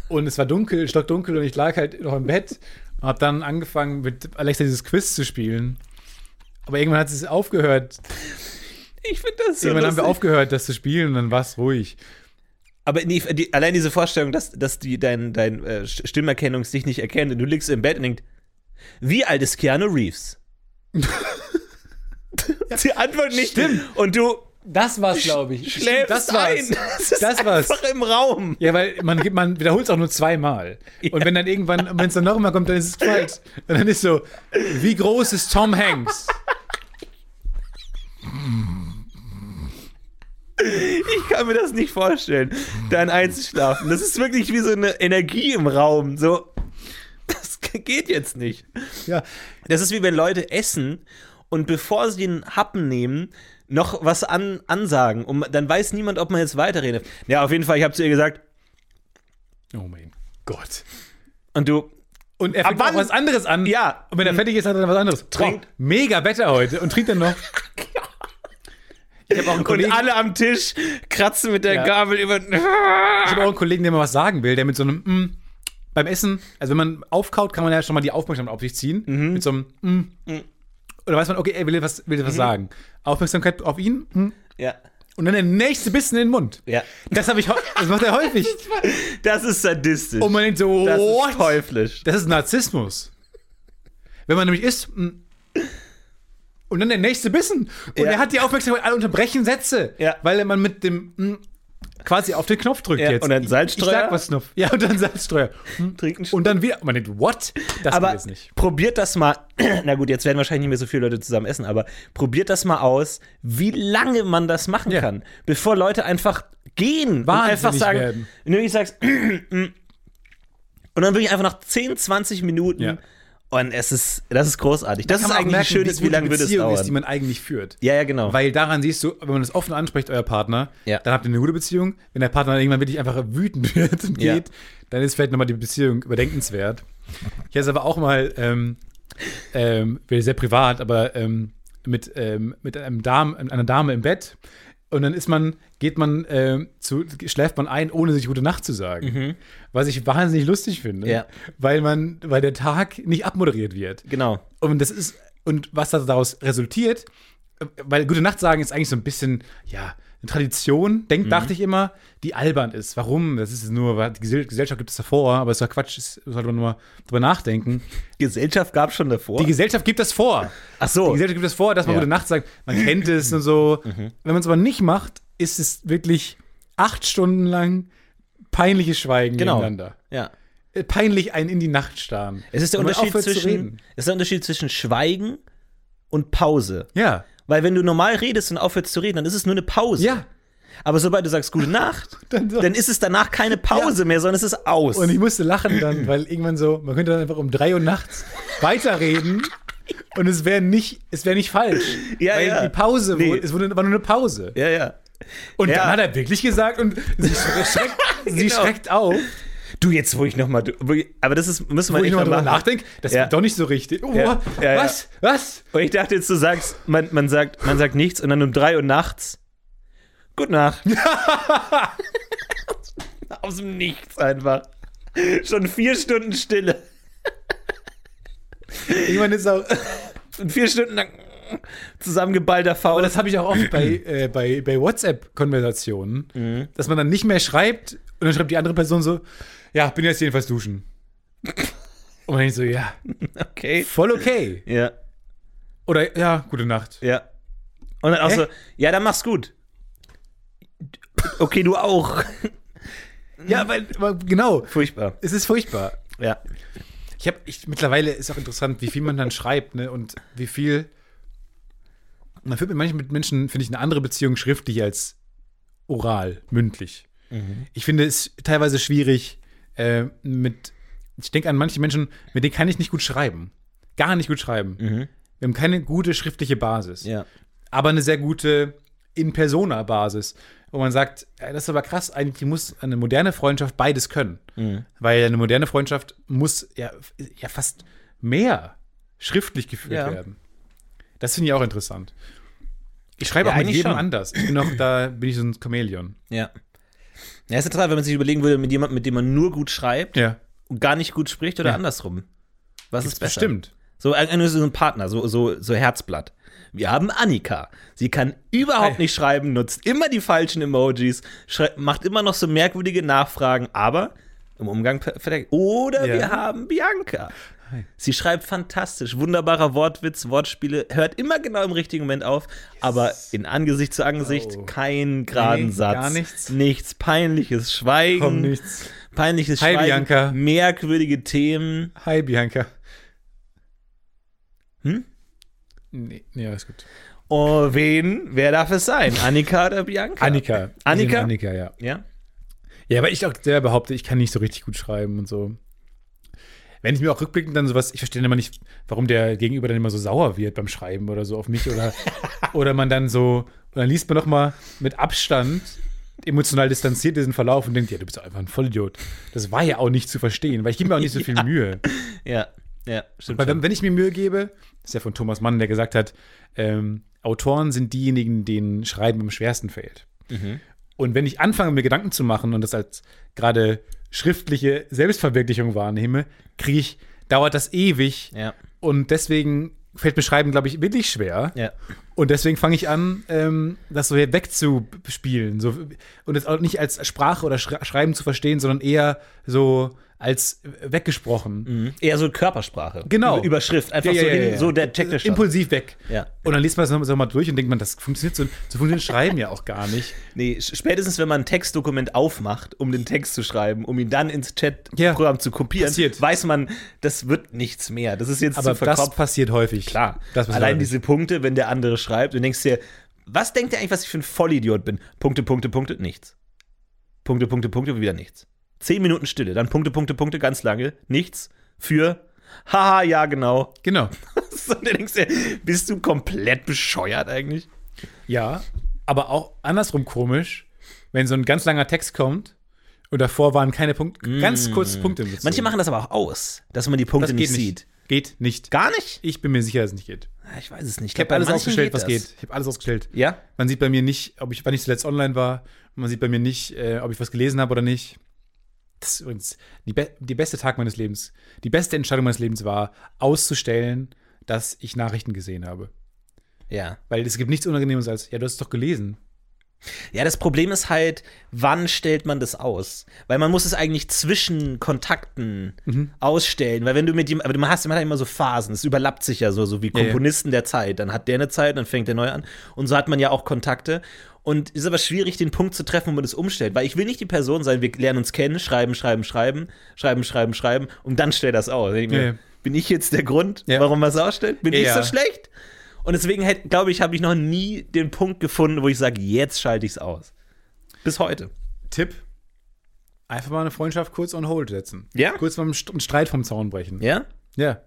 und es war dunkel, stockdunkel und ich lag halt noch im Bett und habe dann angefangen mit Alexa dieses Quiz zu spielen. Aber irgendwann hat es aufgehört. ich finde das so irgendwann haben wir lustig. aufgehört, das zu spielen und dann war es ruhig. Aber nee, die, allein diese Vorstellung, dass, dass die dein, dein äh, Stimmerkennungs dich nicht erkennt und du liegst im Bett und denkst, wie alt ist Keanu Reeves? Sie antwortet nicht. Stimmt. Und du Das war's, glaube ich. schläfst das ein. war's. Das ist Das war's. einfach im Raum. Ja, weil man, gibt- man wiederholt es auch nur zweimal. Und wenn dann irgendwann, wenn es dann nochmal kommt, dann ist es falsch. Und dann ist so, wie groß ist Tom Hanks? Ich kann mir das nicht vorstellen, dann einzuschlafen. Das ist wirklich wie so eine Energie im Raum. So, das geht jetzt nicht. Ja. Das ist wie wenn Leute essen und bevor sie den Happen nehmen, noch was an, ansagen. Und dann weiß niemand, ob man jetzt weiterredet. Ja, auf jeden Fall, ich habe zu ihr gesagt, Oh mein Gott. und du, Und er Ab fängt auch wann- was anderes an. ja, Und wenn er fertig ist, hat er dann was anderes. Trinkt. Oh, mega Wetter heute. Und trinkt dann noch. Ich habe auch einen und Kollegen, alle am Tisch kratzen mit der Ja. Gabel über. ich hab auch einen Kollegen, der mir was sagen will, der mit so einem mm, beim Essen, also wenn man aufkaut, kann man ja schon mal die Aufmerksamkeit auf sich ziehen. Mhm. Mit so einem mm. Oder weiß man, okay, er will was, will Mhm. was sagen. Aufmerksamkeit auf ihn mm. Ja, und dann der nächste Bissen in den Mund. ja. Das habe ich, hau- das macht er häufig. Das ist sadistisch. Und man denkt so, das ist what? teuflisch. Das ist Narzissmus. Wenn man nämlich isst mm, und dann der nächste Bissen und Ja. er hat die Aufmerksamkeit, alle unterbrechen Sätze, Ja. weil man mit dem mm, quasi auf den Knopf drückt Ja, jetzt. und dann Ich Salzstreuer. sag was Knopf. Ja, und dann Salzstreuer. Mm. Trinken Und dann wieder, man denkt, what? Das aber geht jetzt nicht. probiert das mal. Na gut, jetzt werden wahrscheinlich nicht mehr so viele Leute zusammen essen, aber probiert das mal aus, wie lange man das machen Ja. kann, bevor Leute einfach gehen und Wahnsinnig einfach sagen, werden. wenn du wirklich sagst, und dann wirklich einfach nach 10, 20 Minuten Ja. und es ist, das ist großartig. Das Kann ist man auch eigentlich ein merken, schönes, wie gute lange würde es Beziehung dauern. Ist, die man eigentlich führt. ja, ja, genau. Weil daran siehst du, wenn man das offen anspricht, euer Partner, Ja. dann habt ihr eine gute Beziehung. Wenn der Partner irgendwann wirklich einfach wütend wird und Ja. geht, dann ist vielleicht nochmal die Beziehung überdenkenswert. Ich hatte es aber auch mal, ähm, ähm, wäre sehr privat, aber ähm, mit, ähm, mit einem Dame, einer Dame im Bett. Und dann ist man, geht man ähm, zu, schläft man ein, ohne sich gute Nacht zu sagen. Was ich wahnsinnig lustig finde. Mhm. Ja. Weil man, weil der Tag nicht abmoderiert wird. genau. Und das ist, und was da daraus resultiert, äh, weil Gute Nacht sagen ist eigentlich so ein bisschen, ja, eine Tradition, Mhm. denk, dachte ich immer, die albern ist. Warum? Das ist nur, weil die Gesell- Gesellschaft gibt es davor, aber es ist doch Quatsch, es sollte man nur mal drüber nachdenken. Gesellschaft gab es schon davor. Die Gesellschaft gibt das vor. Ach so. Die Gesellschaft gibt das vor, dass man Ja. Mhm. Gute Nacht sagt, man kennt es und so. Wenn man es aber nicht macht, ist es wirklich acht Stunden lang peinliches Schweigen genau. gegeneinander. Ja. Äh, Peinlich einen in die Nacht starren. Es ist der Wenn man Unterschied aufhört Um zu zwischen, reden. es ist der Unterschied zwischen Schweigen und Pause. Ja, Weil wenn du normal redest und aufhörst zu reden, dann ist es nur eine Pause. ja. Aber sobald du sagst Gute Nacht, Dann dann, so- ist es danach keine Pause mehr, sondern es ist aus. Und ich musste lachen dann, weil irgendwann so, man könnte dann einfach um 3 Uhr nachts weiterreden und es wäre nicht, es wäre nicht falsch. Ja, weil ja. die Pause, Nee. wurde, es wurde, war nur eine Pause. ja, ja. Und Ja. dann hat er wirklich gesagt und sie schreckt, sie Genau. schreckt auf, Du jetzt, wo ich noch mal, du- wo ich- aber das ist müssen wo wir ich echt nochmal mal drüber machen. nachdenke, das Ja. ist doch nicht so richtig. Oh, Ja. Ja, ja. was? Was? Und ich dachte jetzt, du sagst, man, man sagt, man sagt nichts und dann um drei Uhr nachts, Gute Nacht. Aus dem Nichts einfach. Schon vier Stunden Stille Irgendwann ist auch, und vier Stunden lang zusammengeballter aber Faust. das habe ich auch oft bei, äh, bei, bei WhatsApp-Konversationen, Mhm. dass man dann nicht mehr schreibt und dann schreibt die andere Person so, ja, bin jetzt jedenfalls duschen. Und dann ich so, ja, Okay. voll okay. Ja, Oder ja, gute Nacht. ja. Und dann auch Hä? so, ja, dann mach's gut. Okay, du auch. Ja, weil, weil- genau, Furchtbar. es ist furchtbar. Ja. Ich habe ich, mittlerweile ist auch interessant, wie viel man dann schreibt, ne, und wie viel man führt mit manchen mit Menschen finde ich eine andere Beziehung schriftlich als oral, mündlich. Ich finde es teilweise schwierig äh, mit ich denke an manche Menschen, mit denen kann ich nicht gut schreiben. Gar nicht gut schreiben. Wir haben keine gute schriftliche Basis. Ja. aber eine sehr gute In-Persona-Basis, wo man sagt, ja, das ist aber krass, eigentlich muss eine moderne Freundschaft beides können. Mhm. Weil eine moderne Freundschaft muss ja, ja fast mehr schriftlich geführt Ja. werden. Das finde ich auch interessant. Ich schreibe Ja, auch mit eigentlich jedem schon. anders. Ich bin auch, da bin ich so ein Chamäleon. Ja. Ja, ist interessant, wenn man sich überlegen würde, mit jemandem, mit dem man nur gut schreibt Ja, und gar nicht gut spricht oder Ja. andersrum. Was ist besser? bestimmt. Es So ein, so ein Partner, so, so, so Herzblatt. Wir haben Annika. Sie kann überhaupt Hi. nicht schreiben, nutzt immer die falschen Emojis, schrei- macht immer noch so merkwürdige Nachfragen, aber im Umgang perfekt. Oder Ja. wir haben Bianca. Sie schreibt fantastisch, wunderbarer Wortwitz, Wortspiele, hört immer genau im richtigen Moment auf, aber in Angesicht zu Angesicht Oh. keinen geraden Nee, Satz. gar nichts. Nichts, peinliches Schweigen. Komm, nichts. Peinliches Hi, Schweigen. Bianca. Merkwürdige Themen. Hi, Bianca. Hm? Nee, nee, alles gut. Oh, wen? Wer darf es sein? Annika oder Bianca? Annika. Annika? Annika, ja. Ja. Ja, aber ich auch selber behaupte, ich kann nicht so richtig gut schreiben und so. Wenn ich mir auch rückblickend dann sowas, ich verstehe dann immer nicht, warum der Gegenüber dann immer so sauer wird beim Schreiben oder so auf mich oder, oder man dann so, und dann liest man nochmal mit Abstand emotional distanziert diesen Verlauf und denkt, ja, du bist doch einfach ein Vollidiot. Das war ja auch nicht zu verstehen, weil ich gebe mir auch nicht so viel Mühe. Ja, ja, stimmt. Weil schon. wenn, wenn ich mir Mühe gebe, das ist ja von Thomas Mann, der gesagt hat, ähm, Autoren sind diejenigen, denen Schreiben am schwersten fällt. Mhm. Und wenn ich anfange, mir Gedanken zu machen und das als gerade schriftliche Selbstverwirklichung wahrnehme, kriege ich, dauert das ewig. Ja. Und deswegen fällt mir Schreiben, glaube ich, wirklich schwer. Ja. Und deswegen fange ich an, ähm, das so wegzuspielen. So, und es auch nicht als Sprache oder Schre Schreiben zu verstehen, sondern eher so als weggesprochen. Mhm. Eher so Körpersprache. Genau. Über, über Schrift. Einfach Ja, so, ja, hin, ja, ja. so der checkt das schon. Impulsiv weg. Ja. Und dann liest man das nochmal noch mal durch und denkt man, das funktioniert so. So funktioniert Schreiben ja auch gar nicht. Nee, sch- spätestens wenn man ein Textdokument aufmacht, um den Text zu schreiben, um ihn dann ins Chatprogramm Ja. zu kopieren, Passiert. weiß man, das wird nichts mehr. Das ist jetzt Aber zu verkopft. das passiert häufig. Klar. Das passiert Allein häufig. diese Punkte, wenn der andere schreibt, du denkst dir, was denkt er eigentlich, was ich für ein Vollidiot bin? Punkte, Punkte, Punkte, nichts. Punkte, Punkte, Punkte, wieder nichts. Zehn Minuten Stille, dann Punkte, Punkte, Punkte, ganz lange, nichts. Für, haha, ja, genau. Genau. so, dann denkst du, dir, bist du komplett bescheuert eigentlich? Ja, aber auch andersrum komisch, wenn so ein ganz langer Text kommt und davor waren keine Punkte, ganz kurze Punkte. bezogen. Mm. Manche machen das aber auch aus, dass man die Punkte das nicht geht sieht. nicht. Geht nicht. Gar nicht? Ich bin mir sicher, dass es nicht geht. Ja, Ich weiß es nicht. Ich habe alles ausgestellt, was das. geht. Ich habe alles ausgestellt. Ja? Man sieht bei mir nicht, ob ich, wann ich zuletzt online war. Man sieht bei mir nicht, äh, ob ich was gelesen habe oder nicht. Das ist übrigens die, be die beste Tag meines Lebens. Die beste Entscheidung meines Lebens war, auszustellen, dass ich Nachrichten gesehen habe. Ja. Weil es gibt nichts Unangenehmes als, ja, du hast es doch gelesen. Ja, das Problem ist halt, wann stellt man das aus? Weil man muss es eigentlich zwischen Kontakten Mhm. ausstellen. Weil wenn du mit jemandem, aber du hast man hat immer so Phasen, es überlappt sich ja so, so wie ja. Komponisten der Zeit. Dann hat der eine Zeit, dann fängt der neu an. Und so hat man ja auch Kontakte. Und ist aber schwierig, den Punkt zu treffen, wo man das umstellt. Weil ich will nicht die Person sein, wir lernen uns kennen, schreiben, schreiben, schreiben, schreiben, schreiben, schreiben und dann stellt das aus. Ich mir, Ja, ja. Bin ich jetzt der Grund, Ja. warum man es ausstellt? Bin ich Ja. so schlecht? Und deswegen hätte- glaube ich, habe ich noch nie den Punkt gefunden, wo ich sage, jetzt schalte ich es aus. Bis heute. Tipp: Einfach mal eine Freundschaft kurz on hold setzen. Ja? Kurz mal einen St- einen Streit vom Zaun brechen. Ja? Ja,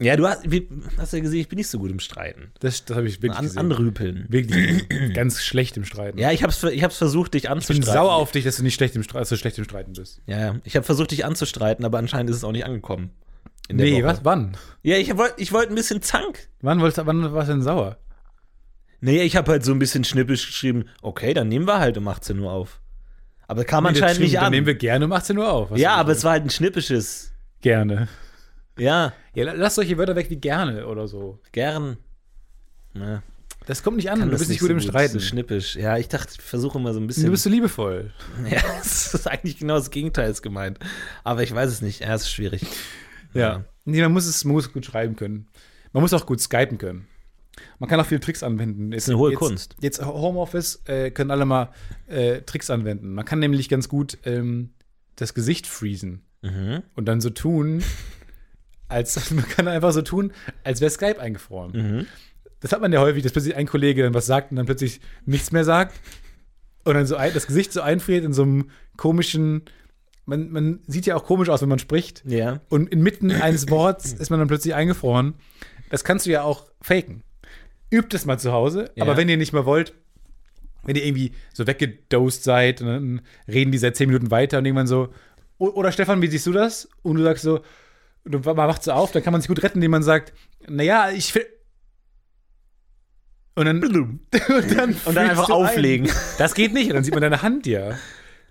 Ja, du hast, wie, hast ja gesehen, ich bin nicht so gut im Streiten. das, das habe ich wirklich. An, gesehen. anrüpeln. Wirklich ganz schlecht im Streiten. Ja, ich hab's, ver- ich hab's versucht, dich Ich anzustreiten. bin sauer auf dich, dass du nicht schlecht im, Stre dass du schlecht im Streiten bist. Ja, ja. Ich habe versucht, dich anzustreiten, aber anscheinend ist es auch nicht angekommen. In der Woche. Wann? Ja, ich wollte ich wollt ein bisschen Zank. Wann, wolltest, wann warst du denn sauer? Nee, ich habe halt so ein bisschen schnippisch geschrieben, okay, dann nehmen wir halt um 18 Uhr auf. Aber kam Nee, das anscheinend stimmt, nicht Dann an. nehmen wir gerne um 18 Uhr auf. Was ja, soll ich aber sagen? es war halt ein schnippisches. Gerne. Ja, Ja, la- lass solche Wörter weg wie gerne oder so. gern. Ja. Hm, Das kommt nicht an. Kann du das bist nicht gut so im Streiten. So schnippisch. Ja, ich dachte, ich versuche mal so ein bisschen. du bist so liebevoll. ja, das ist eigentlich genau das Gegenteil ist gemeint. Aber ich weiß es nicht. Ja, es ist schwierig. Ja. Nee, man muss es man muss gut schreiben können. Man muss auch gut skypen können. Man kann auch viele Tricks anwenden. Jetzt, eine hohe jetzt, Kunst. Jetzt Homeoffice äh, können alle mal äh, Tricks anwenden. Man kann nämlich ganz gut ähm, das Gesicht freezen Mhm. und dann so tun, als man kann einfach so tun, als wäre Skype eingefroren. Mhm. Das hat man ja häufig, dass plötzlich ein Kollege dann was sagt und dann plötzlich nichts mehr sagt und dann so ein, das Gesicht so einfriert in so einem komischen. Man, man sieht ja auch komisch aus, wenn man spricht. Ja. Und inmitten eines Worts ist man dann plötzlich eingefroren. Das kannst du ja auch faken. Übt es mal zu Hause, Ja. aber wenn ihr nicht mal wollt, wenn ihr irgendwie so weggedost seid und dann reden die seit zehn Minuten weiter und irgendwann so, "O- oder Stefan, wie siehst du das? Und du sagst so, du man macht so auf, dann kann man sich gut retten, indem man sagt, naja, ich will. Und dann, und dann, Und dann einfach auflegen. Ein. Das geht nicht, und dann sieht man deine Hand ja.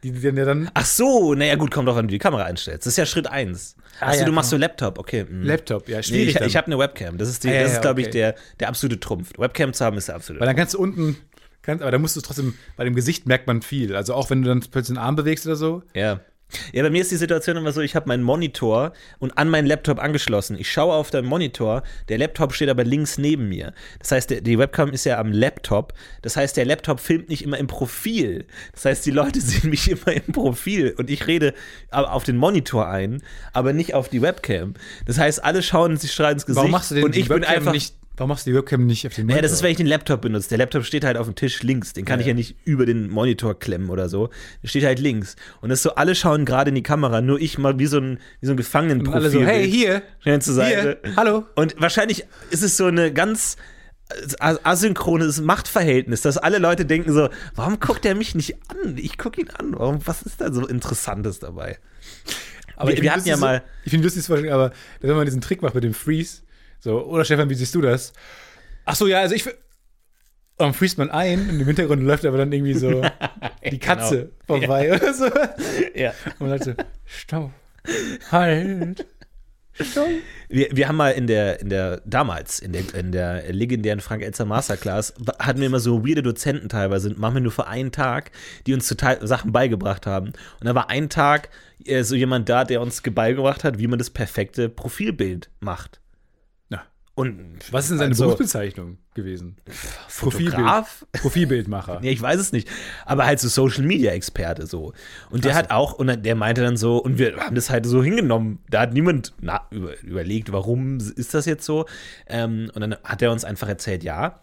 Die, die dann ja dann Ach so, naja, gut, kommt drauf an, wie du die Kamera einstellst. Das ist ja Schritt 1. Ah, Achso, ja, du machst so Laptop, okay. mm. Laptop, ja, Nee, schwierig. ich dann. ich habe eine Webcam. Das ist, die, Ah, ja, das ja, ist glaube ich, okay. der, der absolute Trumpf. Webcam zu haben ist der absolute. Weil dann kannst du unten, kannst, aber da musst du es trotzdem, bei dem Gesicht merkt man viel. Also auch wenn du dann plötzlich den Arm bewegst oder so. Ja. Ja, bei mir ist die Situation immer so, ich habe meinen Monitor und an meinen Laptop angeschlossen. Ich schaue auf den Monitor, der Laptop steht aber links neben mir. Das heißt, der, die Webcam ist ja am Laptop. Das heißt, der Laptop filmt nicht immer im Profil. Das heißt, die Leute sehen mich immer im Profil und ich rede au- auf den Monitor ein, aber nicht auf die Webcam. Das heißt, alle schauen sich strahlend ins Gesicht Warum machst du den und ich bin Webcam einfach nicht, warum machst du die Webcam nicht auf den ja, das ist, wenn ich den Laptop benutze. Der Laptop steht halt auf dem Tisch links. Den kann ich ja nicht über den Monitor klemmen oder so. Der steht halt links. Und das ist so, alle schauen gerade in die Kamera, nur ich mal wie so ein, wie so ein Und Gefangenenprofil. alle so, hey, hier, Schnell zur Seite. hier, hallo. Und wahrscheinlich ist es so eine ganz as- asynchrones Machtverhältnis, dass alle Leute denken so, warum guckt er mich nicht an? Ich gucke ihn an. Warum, was ist da so Interessantes dabei? Aber Wir- ich wir find hatten ja lustig, mal- So, ich finde lustig, zum Beispiel, aber wenn man diesen Trick macht mit dem Freeze, so, oder Stefan, wie siehst du das? Ach so, ja, also ich. fi- Und dann freest man ein und im Hintergrund läuft aber dann irgendwie so die genau. Katze vorbei oder so. Ja. Und man halt so, stopp, halt, stopp. Wir, wir haben mal in der, in der, damals, in der, in der legendären Frank-Elzer Masterclass, wa- hatten wir immer so weirde Dozenten teilweise, machen wir nur für einen Tag, die uns total Sachen beigebracht haben. Und da war ein Tag äh, so jemand da, der uns beigebracht hat, wie man das perfekte Profilbild macht. Na, Und was ist denn seine Also- Berufsbezeichnung gewesen? Fotograf? Profilbildmacher. Ja, ich weiß es nicht. Aber halt so Social Media Experte so. Und der hat auch, und der meinte dann so, und wir haben das halt so hingenommen. Da hat niemand na, über, überlegt, warum ist das jetzt so. Ähm, und dann hat er uns einfach erzählt, ja,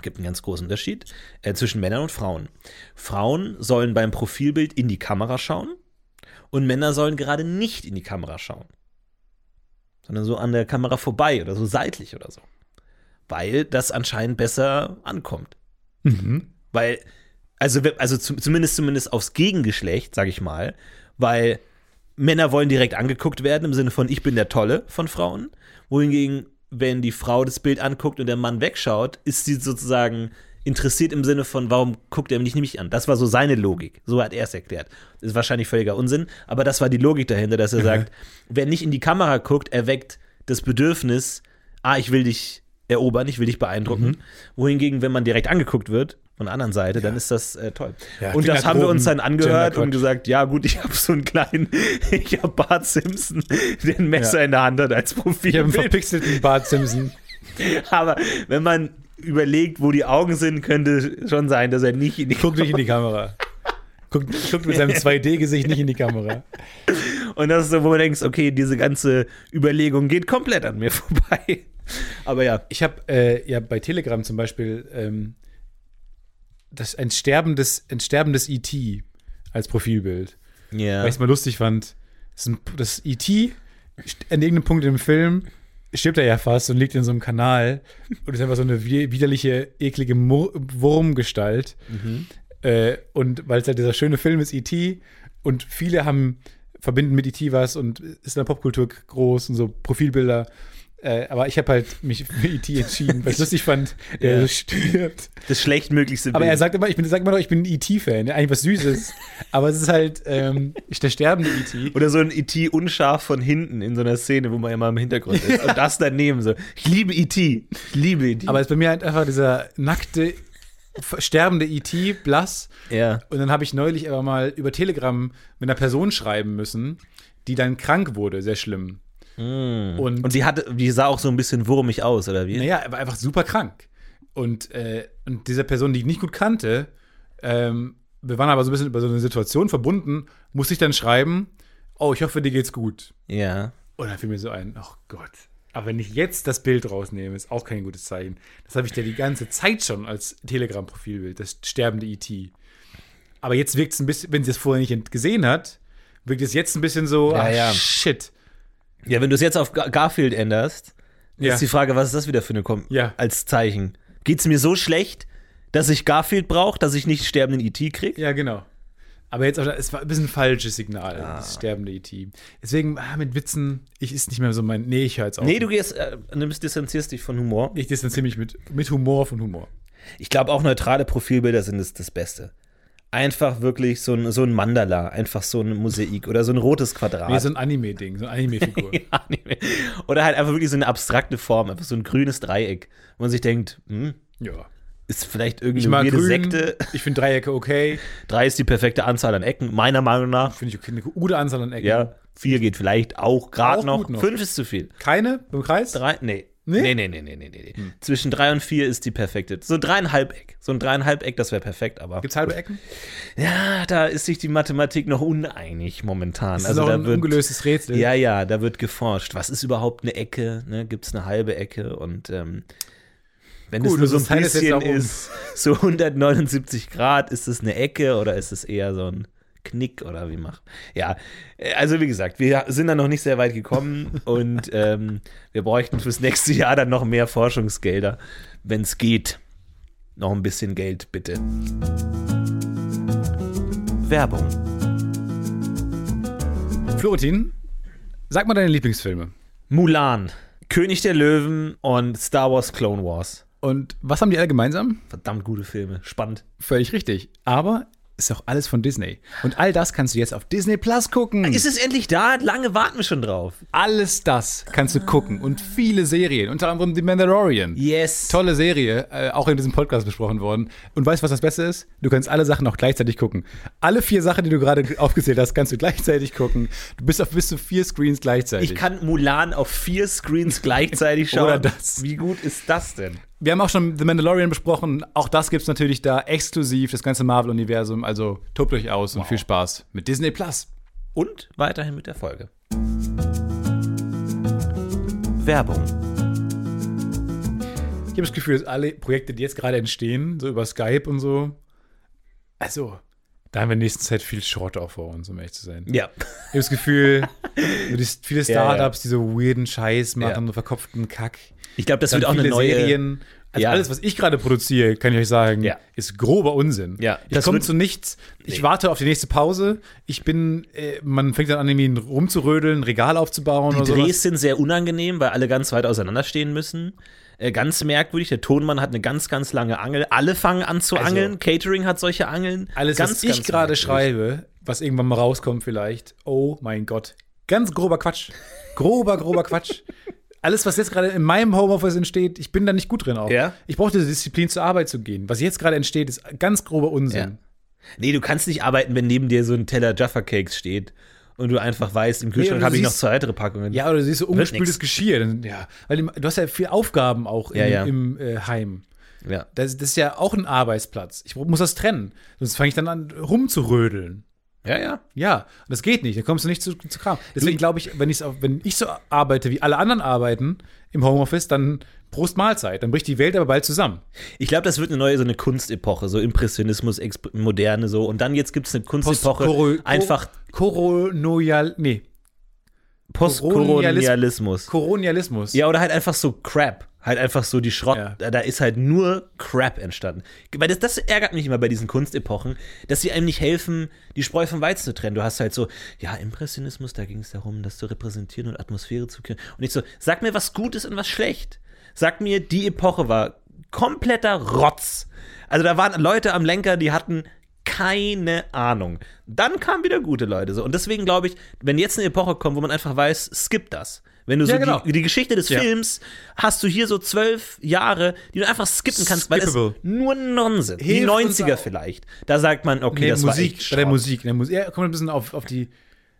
gibt einen ganz großen Unterschied äh, zwischen Männern und Frauen. Frauen sollen beim Profilbild in die Kamera schauen und Männer sollen gerade nicht in die Kamera schauen. Sondern so an der Kamera vorbei oder so seitlich oder so. Weil das anscheinend besser ankommt. Mhm. Weil, also, we- also zu- zumindest, zumindest aufs Gegengeschlecht, sag ich mal, weil Männer wollen direkt angeguckt werden im Sinne von ich bin der Tolle von Frauen. Wohingegen, wenn die Frau das Bild anguckt und der Mann wegschaut, ist sie sozusagen interessiert im Sinne von, warum guckt er mich nicht mich an? Das war so seine Logik. So hat er es erklärt. Ist wahrscheinlich völliger Unsinn, aber das war die Logik dahinter, dass er sagt, wer nicht in die Kamera guckt, erweckt das Bedürfnis, ah, ich will dich erobern, ich will dich beeindrucken. Wohingegen, wenn man direkt angeguckt wird, von der anderen Seite, dann ist das äh, toll. Ja, und das haben wir uns dann Kindergruppen, angehört und Genderquatsch. gesagt, ja gut, ich habe so einen kleinen, ich habe Bart Simpson, der ein Messer Ja. in der Hand hat als Ich habe einen Profilbild. verpixelten Bart Simpson. Aber wenn man überlegt, wo die Augen sind, könnte schon sein, dass er nicht in die Guckt nicht in die Kamera. Guckt, guckt mit seinem 2D-Gesicht nicht in die Kamera. Und das ist so, wo man denkt, okay, diese ganze Überlegung geht komplett an mir vorbei. Aber ja, Ich habe äh, ja bei Telegram zum Beispiel ähm, das, ein sterbendes, ein sterbendes E.T. als Profilbild. ja. Weil ich es mal lustig fand. Das, ist ein, das E.T. st- an irgendeinem Punkt im Film stirbt er ja fast und liegt in so einem Kanal und ist einfach so eine wi- widerliche, eklige Mur Wurmgestalt. Mhm. Äh, und weil es halt dieser schöne Film ist, E.T. und viele haben, verbinden mit E.T. was und ist in der Popkultur g- groß und so Profilbilder. Äh, aber ich habe halt mich für E.T. entschieden, weil ich es lustig fand, der Ja. so stirbt. das schlechtmöglichste Aber er Bild. sagt immer, ich bin, sagt immer noch, ich bin ein E.T.-Fan. Eigentlich was Süßes. aber es ist halt ähm, der sterbende E.T. Oder so ein E.T. unscharf von hinten in so einer Szene, wo man immer im Hintergrund ist. Und das daneben so. Ich liebe E.T. Ich liebe E E.T. Aber es ist bei mir halt einfach dieser nackte, f- sterbende E.T. blass. ja. Und dann habe ich neulich aber mal über Telegram mit einer Person schreiben müssen, die dann krank wurde, sehr schlimm. Und, Und die hatte, die sah auch so ein bisschen wurmig aus, oder wie? naja, er war einfach super krank. Und, äh, und dieser Person, die ich nicht gut kannte, ähm, wir waren aber so ein bisschen über so eine Situation verbunden, musste ich dann schreiben, oh, ich hoffe, dir geht's gut. Ja. Und dann fiel mir so ein, ach oh Gott. Aber wenn ich jetzt das Bild rausnehme, ist auch kein gutes Zeichen. Das habe ich ja die ganze Zeit schon als Telegram-Profilbild, das sterbende IT. Aber jetzt wirkt es ein bisschen, wenn sie es vorher nicht ent- gesehen hat, wirkt es jetzt ein bisschen so, Ja, ah, ja. shit. Ja, wenn du es jetzt auf Gar- Garfield änderst, Ja. ist die Frage, was ist das wieder für eine Kom Ja. als Zeichen? Geht's mir so schlecht, dass ich Garfield brauche, dass ich nicht sterbenden E E.T. kriege? Ja, genau. Aber jetzt, auch- es war ein bisschen ein falsches Signal, Ah. das sterbende IT. Deswegen, ah, mit Witzen, ich ist nicht mehr so mein, nee, ich höre jetzt auf. Nee, du gehst, äh, nimmst, distanzierst dich von Humor. ich distanziere mich mit, mit Humor von Humor. Ich glaube, auch neutrale Profilbilder sind das, das Beste. einfach wirklich so ein, so ein Mandala, einfach so ein Mosaik oder so ein rotes Quadrat. Nee, so ein Anime-Ding, so eine Anime-Figur. Anime. Oder halt einfach wirklich so eine abstrakte Form, einfach so ein grünes Dreieck, wo man sich denkt, hm, ja. ist vielleicht irgendeine Ich mag weirde grün, Sekte. ich finde Dreiecke okay, Drei ist die perfekte Anzahl an Ecken, meiner Meinung nach. finde ich okay, eine gute Anzahl an Ecken. Ja, vier geht vielleicht auch gerade Auch noch. gut noch. Fünf ist zu viel. Keine im Kreis? Drei, nee. Nee? Hm. Nee, nee, nee, nee, nee, nee. Zwischen drei und vier ist die perfekte. So dreieinhalb Eck. So ein dreieinhalb Eck, das wäre perfekt, aber. Gibt's halbe Ecken? Ja, da ist sich die Mathematik noch uneinig momentan. Das also ist auch da ein wird, ungelöstes Rätsel. Ja, ja, da wird geforscht. Was ist überhaupt eine Ecke? Ne? Gibt es eine halbe Ecke? Und ähm, wenn Gut, also es nur so ein das heißt jetzt um bisschen nach oben. ist, so 179 Grad, ist es eine Ecke oder ist es eher so ein Knick oder wie macht? Ja, äh, also wie gesagt, wir sind da noch nicht sehr weit gekommen und ähm, wir bräuchten fürs nächste Jahr dann noch mehr Forschungsgelder, wenn es geht. Noch ein bisschen Geld, bitte. Werbung. Florentin, sag mal deine Lieblingsfilme. Mulan, König der Löwen und Star Wars Clone Wars. Und was haben die alle gemeinsam? Verdammt gute Filme. Spannend. Völlig richtig. Aber ist auch alles von Disney. Und all das kannst du jetzt auf Disney Plus gucken. Ist es endlich da? Lange warten wir schon drauf. alles das kannst du gucken. Und viele Serien, unter anderem The Mandalorian. Yes. Tolle Serie, äh, auch in diesem Podcast besprochen worden. Und weißt du, was das Beste ist? Du kannst alle Sachen auch gleichzeitig gucken. Alle vier Sachen, die du gerade aufgezählt hast, kannst du gleichzeitig gucken. Du bist auf bis zu vier Screens gleichzeitig. Ich kann Mulan auf vier Screens gleichzeitig schauen. Oder das. Wie gut ist das denn? Wir haben auch schon The Mandalorian besprochen. Auch das gibt's natürlich da exklusiv, das ganze Marvel-Universum. Also tobt euch aus und viel Spaß mit Disney Plus. Und weiterhin mit der Folge. Werbung. Ich habe das Gefühl, dass alle Projekte, die jetzt gerade entstehen, so über Skype und so, also, da haben wir in der nächsten Zeit viel Schrott auch vor uns, um ehrlich zu sein. Ja. Ich habe das Gefühl, so die, viele Ja, ja. Startups, die so weirden Scheiß machen, Ja. so verkopften Kack. Ich glaube, das Dann wird auch eine viele neue. Serien. Also Ja. alles, was ich gerade produziere, kann ich euch sagen, Ja. ist grober Unsinn. Ja, ich das komme wird- zu nichts. Ich Nee. warte auf die nächste Pause. Ich bin, äh, man fängt dann an, irgendwie rumzurödeln, ein Regal aufzubauen oder Die sowas. Drehs sind sehr unangenehm, weil alle ganz weit auseinanderstehen müssen. Äh, ganz merkwürdig, der Tonmann hat eine ganz, ganz lange Angel. Alle fangen an zu Also- angeln. Catering hat solche Angeln. Alles, ganz, was ich ganz gerade merkwürdig. schreibe, was irgendwann mal rauskommt vielleicht. Oh mein Gott. Ganz grober Quatsch. Grober, grober Quatsch. Alles, was jetzt gerade in meinem Homeoffice entsteht, ich bin da nicht gut drin auch. Ja. Ich brauche diese Disziplin, zur Arbeit zu gehen. Was jetzt gerade entsteht, ist ganz grober Unsinn. Nee, du kannst nicht arbeiten, wenn neben dir so ein Teller Jaffa Cakes steht und du einfach weißt, im Nee, Kühlschrank du habe ich noch siehst- zwei weitere Packungen. Ja, oder du siehst so ungespültes nix. Geschirr. Dann, ja. Weil im- du hast ja viel Aufgaben auch im, Ja, ja. im äh, Heim. ja. Das, das ist ja auch ein Arbeitsplatz. Ich muss das trennen. Sonst fange ich dann an, rumzurödeln. Ja, ja. Ja, und das geht nicht. Da kommst du nicht zu, zu Kram. Deswegen glaube ich, wenn, ich's auf, wenn ich so arbeite, wie alle anderen arbeiten im Homeoffice, dann Prost Mahlzeit. Dann bricht die Welt aber bald zusammen. Ich glaube, das wird eine neue so eine Kunstepoche, so Impressionismus, Exp Moderne so. Und dann jetzt gibt es eine Post-Koro- Kunstepoche, einfach Koronial, nee, Postkolonialismus. Koronialismus. Ja, oder halt einfach so Crap. Halt einfach so die Schrott. Ja. Da da ist halt nur Crap entstanden. Weil das, das ärgert mich immer bei diesen Kunstepochen, dass sie einem nicht helfen, die Spreu vom Weizen zu trennen. Du hast halt so, ja, Impressionismus, da ging es darum, das zu repräsentieren und Atmosphäre zu kreieren. Und ich so, sag mir, was gut ist und was schlecht. Sag mir, die Epoche war kompletter Rotz. Also da waren Leute am Lenker, die hatten keine Ahnung. Dann kamen wieder gute Leute. So. Und deswegen glaube ich, wenn jetzt eine Epoche kommt, wo man einfach weiß, skip das. Wenn du Ja, so genau. die, die Geschichte des Ja. Films hast du hier so zwölf Jahre, die du einfach skippen kannst, weil es Skippable. nur Nonsens. Die Hilft uns 90er auch. vielleicht. Da sagt man, okay, Nee, das war Musik, echt bei der Schrott. Musik, der Musik. Ja, kommt ein bisschen auf, auf die,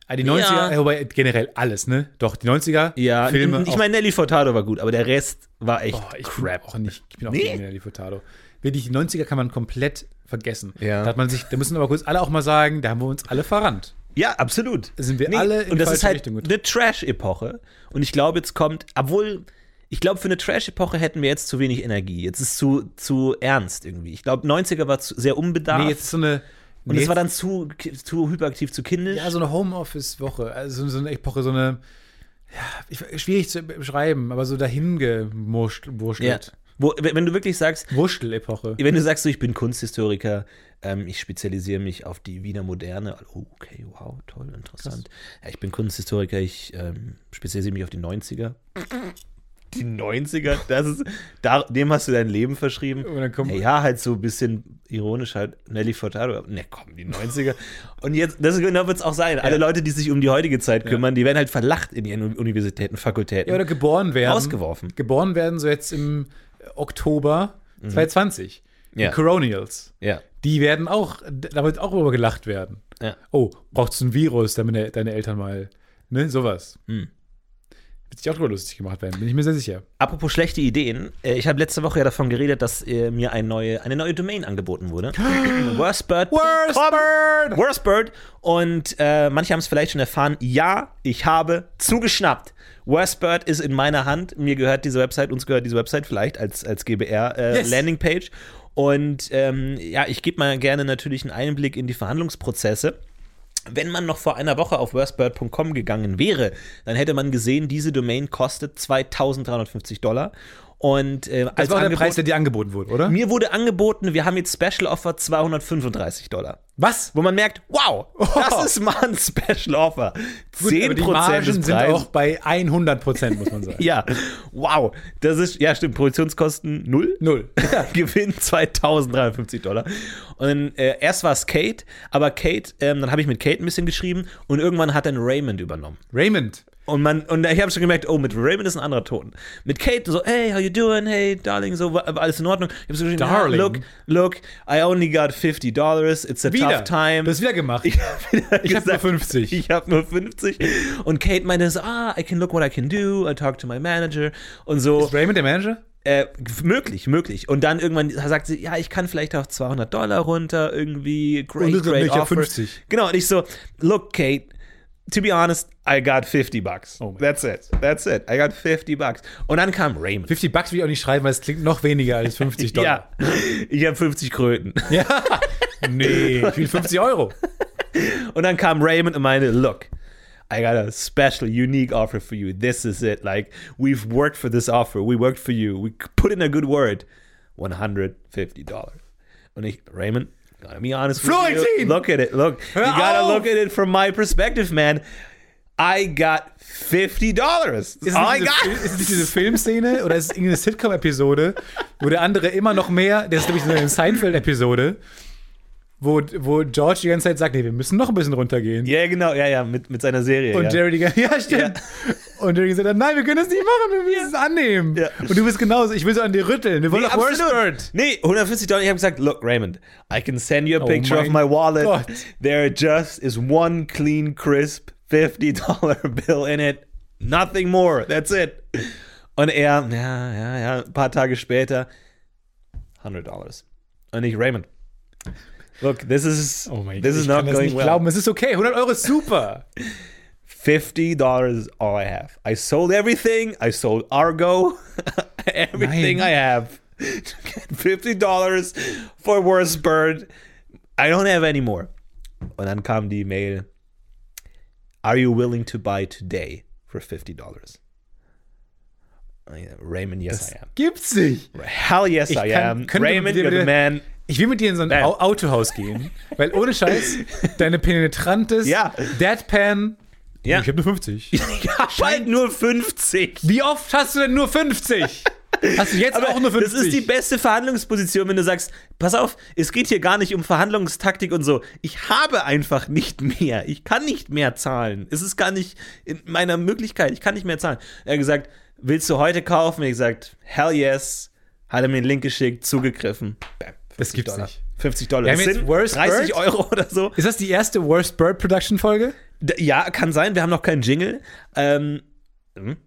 ah, die 90er, Ja. wobei generell alles, ne? Doch, die 90er, Ja, Filme. ich auch- Oh, meine, Nelly Furtado war gut, aber der Rest war echt Boah, ich crap. Bin auch nicht. Ich bin auch Nee. gegen Nelly Furtado. Wirklich, die 90er kann man komplett vergessen. Ja. Da hat man sich, da müssen aber kurz alle auch mal sagen, da haben wir uns alle verrannt. Ja, absolut. Sind wir alle in Und die das ist falsche halt Richtung getreten. eine Trash-Epoche. Und ich glaube, jetzt kommt, obwohl, ich glaube, für eine Trash-Epoche hätten wir jetzt zu wenig Energie. Jetzt ist zu, zu ernst irgendwie. Ich glaube, 90er war zu, sehr unbedarft. Nee, jetzt ist so eine. und nee, es war dann zu, zu hyperaktiv, zu kindisch. Ja, so eine Homeoffice-Woche. Also so eine Epoche, so eine. Ja, ich, schwierig zu beschreiben, aber so dahin Ja. gewurschtelt. Wo, wenn wenn du wirklich sagst, Wurschtel-Epoche. wenn du sagst, so, ich bin Kunsthistoriker, ähm, ich spezialisiere mich auf die Wiener Moderne, oh, okay, wow, toll, interessant. Ja, ich bin Kunsthistoriker, ich ähm, spezialisiere mich auf die 90er. die 90er, das ist, da, dem hast du dein Leben verschrieben. Und dann kommt- Na ja, halt so ein bisschen ironisch halt Nelly Furtado. Ne, komm, die 90er. Und jetzt, das genau wird es auch sein. Alle Leute, die sich um die heutige Zeit kümmern, die werden halt verlacht in ihren Universitäten, Fakultäten. Ja, oder geboren werden. Ausgeworfen. Geboren werden so jetzt im Oktober 2020. Mhm. Ja. Die Coronials. ja. Die werden auch, da wird auch darüber gelacht werden. Ja. Oh, brauchst du ein Virus, damit de- deine Eltern mal, ne, sowas. Hm. Wird sich auch drüber lustig gemacht werden, bin ich mir sehr sicher. Apropos schlechte Ideen, äh, ich habe letzte Woche ja davon geredet, dass äh, mir eine neue, eine neue Domain angeboten wurde. Worstbird. Worstbird! Worstbird. Und äh, manche haben es vielleicht schon erfahren. Ja, ich habe zugeschnappt. Worstbird ist in meiner Hand. Mir gehört diese Website, uns gehört diese Website vielleicht als, als GBR äh, Yes. Landingpage. Und ähm, ja, ich gebe mal gerne natürlich einen Einblick in die Verhandlungsprozesse. Wenn man noch vor einer Woche auf worstbird.com gegangen wäre, dann hätte man gesehen, diese Domain kostet 2350 Dollar. Und äh, Das als war auch der Angebot- Preis, der dir angeboten wurde, oder? mir wurde angeboten, wir haben jetzt Special Offer 235 Dollar Was? wo man merkt, wow, Oh. das ist mal ein Special Offer. Gut, aber 10% die Margen des sind Preises. auch bei 100 Prozent, muss man sagen. ja, wow, das ist, ja stimmt, Produktionskosten null. Null. Gewinn 2053 Dollar. Und äh, erst war es Kate, aber Kate, ähm, dann habe ich mit Kate ein bisschen geschrieben und irgendwann hat dann Raymond übernommen. Raymond. Und man, und ich habe schon gemerkt, oh, mit Raymond ist ein anderer Ton. Mit Kate so, hey, how you doing? Hey, darling, so, wa- alles in Ordnung. Ich habe so geschrieben, ja, Darling. look, look, I only got 50 Dollars, it's a tough Wieder. time. Du hast wieder gemacht. Ich habe Ich hab nur 50. Ich habe nur 50. Und Kate meinte so, ah, I can look what I can do. I talk to my manager und so. Ist Raymond der Manager? Äh, möglich, möglich. Und dann irgendwann sagt sie, ja, ich kann vielleicht auf 200 Dollar runter irgendwie. Great, Und du so, great nee, ich hab offer. 50. Genau. Und ich so, look, Kate. To be honest, I got 50 bucks. Oh mein That's it. That's it. I got 50 bucks. Und dann kam Raymond. 50 Bucks will ich auch nicht schreiben, weil es klingt noch weniger als 50 Dollar. Ja, ich habe 50 Kröten. Nee, ich will 50 Euro. Und dann kam Raymond und meinte, look, I got a special, unique offer for you. This is it. Like, we've worked for this offer. We worked for you. We put in a good word. $150. Und ich, Raymond, gotta be honest with you. Florentin! Look at it. Look, Hör you gotta auf! look at it from my perspective, man. I got $50. Ist es, All I nicht got. diese, ist es nicht diese Filmszene oder ist es irgendeine Sitcom-Episode, wo der andere immer noch mehr, das ist nämlich so eine Seinfeld-Episode, wo, wo George die ganze Zeit sagt, nee, wir müssen noch ein bisschen runtergehen. Ja, genau. Ja, ja, mit, mit seiner Serie. Und ja. Jerry die ganze ja, stimmt. Und Jerry gesagt, hat, nein, wir können das nicht machen, wir müssen es annehmen. Ja. Und du bist genauso, ich will so an dir rütteln, wir wollen Nee, nach Worst absolut. Bird. Nee, 140 Dollar. Ich habe gesagt, look, Raymond, I can send you a Oh picture of my mein wallet. Gott. There just is one clean, crisp $50 bill in it. Nothing more. That's it. Und er, ja, ja, ja, ein paar Tage später, 100 Dollars. Und ich, Raymond, look, this is, Oh mein Gott, this is ich not kann das going nicht well. glauben, es ist okay, 100 Euro ist super. Fifty dollars is all I have. I sold everything. I sold Argo, everything I Nein. have. To get Fifty dollars for worst bird. I don't have any more. Und dann kam die Mail. Are you willing to buy today for fifty dollars? Raymond, yes I am. Gibt's nicht. Hell yes Ich I kann- am. können wir Raymond, mit dir you're the bitte- man. Ich will mit dir in so ein Bam. Au- Autohaus gehen, weil ohne Scheiß, deine penetrantes Ja. Deadpan. Ja. Ich habe nur 50. ja, halt nur 50. Wie oft hast du denn nur 50? Hast du jetzt Aber auch nur 50? Das ist die beste Verhandlungsposition, wenn du sagst, pass auf, es geht hier gar nicht um Verhandlungstaktik und so. Ich habe einfach nicht mehr. Ich kann nicht mehr zahlen. Es ist gar nicht in meiner Möglichkeit. Ich kann nicht mehr zahlen. Er hat gesagt, willst du heute kaufen? Ich gesagt, hell yes. Hat er mir einen Link geschickt, zugegriffen. Bam, Das 50 gibt's Dollar. nicht. 50 Dollar. Wir Das haben jetzt sind Worst 30 Bird? Euro oder so. ist das die erste Worst Bird Production Folge? D- Ja, kann sein. Wir haben noch keinen Jingle. Ähm,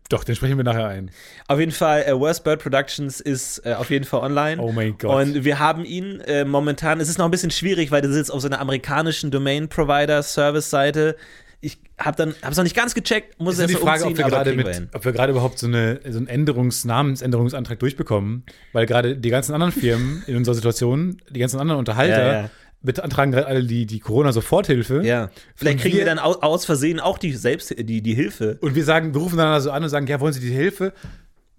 Doch, den sprechen wir nachher ein. Auf jeden Fall, äh, Worst Bird Productions ist äh, auf jeden Fall online. Oh mein Gott. Und wir haben ihn äh, momentan. Es ist noch ein bisschen schwierig, weil das ist jetzt auf so einer amerikanischen Domain-Provider-Service-Seite. Ich habe dann hab's noch nicht ganz gecheckt, muss Das ist erst die mal Frage, ob umziehen, wir aber gerade kriegen wir mit- hin. ob wir gerade überhaupt so, eine, so einen Änderungs Namensänderungsantrag durchbekommen, weil gerade die ganzen anderen Firmen in unserer Situation, die ganzen anderen Unterhalter, Ja, ja. beantragen gerade alle die, die Corona-Soforthilfe. Ja. Vielleicht Und kriegen wir, wir- dann aus, aus Versehen auch die selbst die, die Hilfe. Und wir sagen, wir rufen dann also an und sagen, ja, wollen Sie die Hilfe?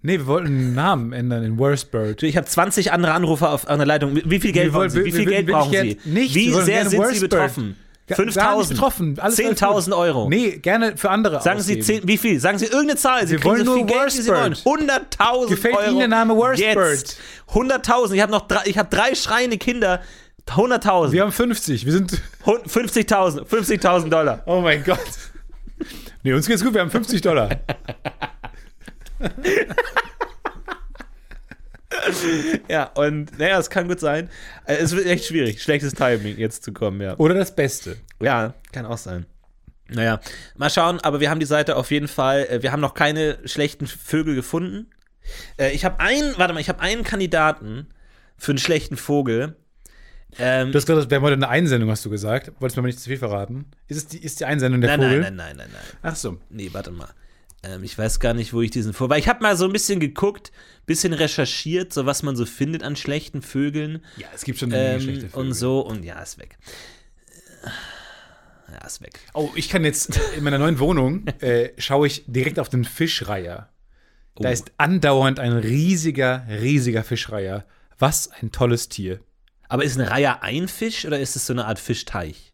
Nee, wir wollten den Namen ändern in Worstbird. Ich habe 20 andere Anrufer auf einer Leitung. Wie viel Geld Wir wollen- brauchen Sie? Wie wir- viel wir- Geld wir- brauchen wir- Sie? nichts. Wie Wir wollen sehr gerne sind Sie Worst Bird. betroffen? Gar nicht 5000. betroffen. Alles- alles gut. 10.000 Euro. Nee, gerne für andere Sagen Sie ausgeben. 10, wie viel? Sagen Sie irgendeine Zahl. Sie Wir kriegen wollen so viel nur Geld, wie Sie wollen. Wordsbird. 100.000 Gefällt Euro. Ihnen der Name Wordsbird? Jetzt. 100.000. Ich habe noch drei, ich habe drei schreiende Kinder. 100.000. Wir haben 50. Wir sind. Hund- 50.000. 50.000 Dollar. Oh mein Gott. Nee, uns geht's gut. Wir haben 50 Dollar. Ja, und naja, es kann gut sein. Äh, Es wird echt schwierig. Schlechtes Timing, jetzt zu kommen, ja. Oder das Beste. Ja, kann auch sein. Naja, mal schauen, aber wir haben die Seite auf jeden Fall. äh, Wir haben noch keine schlechten Vögel gefunden. Äh, Ich habe einen, warte mal, ich habe einen Kandidaten für einen schlechten Vogel. Ähm, Du hast gesagt, wir haben heute eine Einsendung, hast du gesagt. Wolltest mir aber nicht zu viel verraten. Ist es die, ist die Einsendung der nein, Vogel? nein, nein, nein, nein, nein. Ach so. Nee, warte mal. Ähm, ich weiß gar nicht, wo ich diesen Vogel. Weil ich habe mal so ein bisschen geguckt, bisschen recherchiert, so was man so findet an schlechten Vögeln. Ja, es gibt schon eine Ähm, und so, und ja, ist weg. Ja, ist weg. Oh, ich kann jetzt in meiner neuen Wohnung äh, schaue ich direkt auf den Fischreiher. Da Oh. ist andauernd ein riesiger, riesiger Fischreiher. Was ein tolles Tier. Aber ist ein Reiher ein Fisch oder ist es so eine Art Fischteich?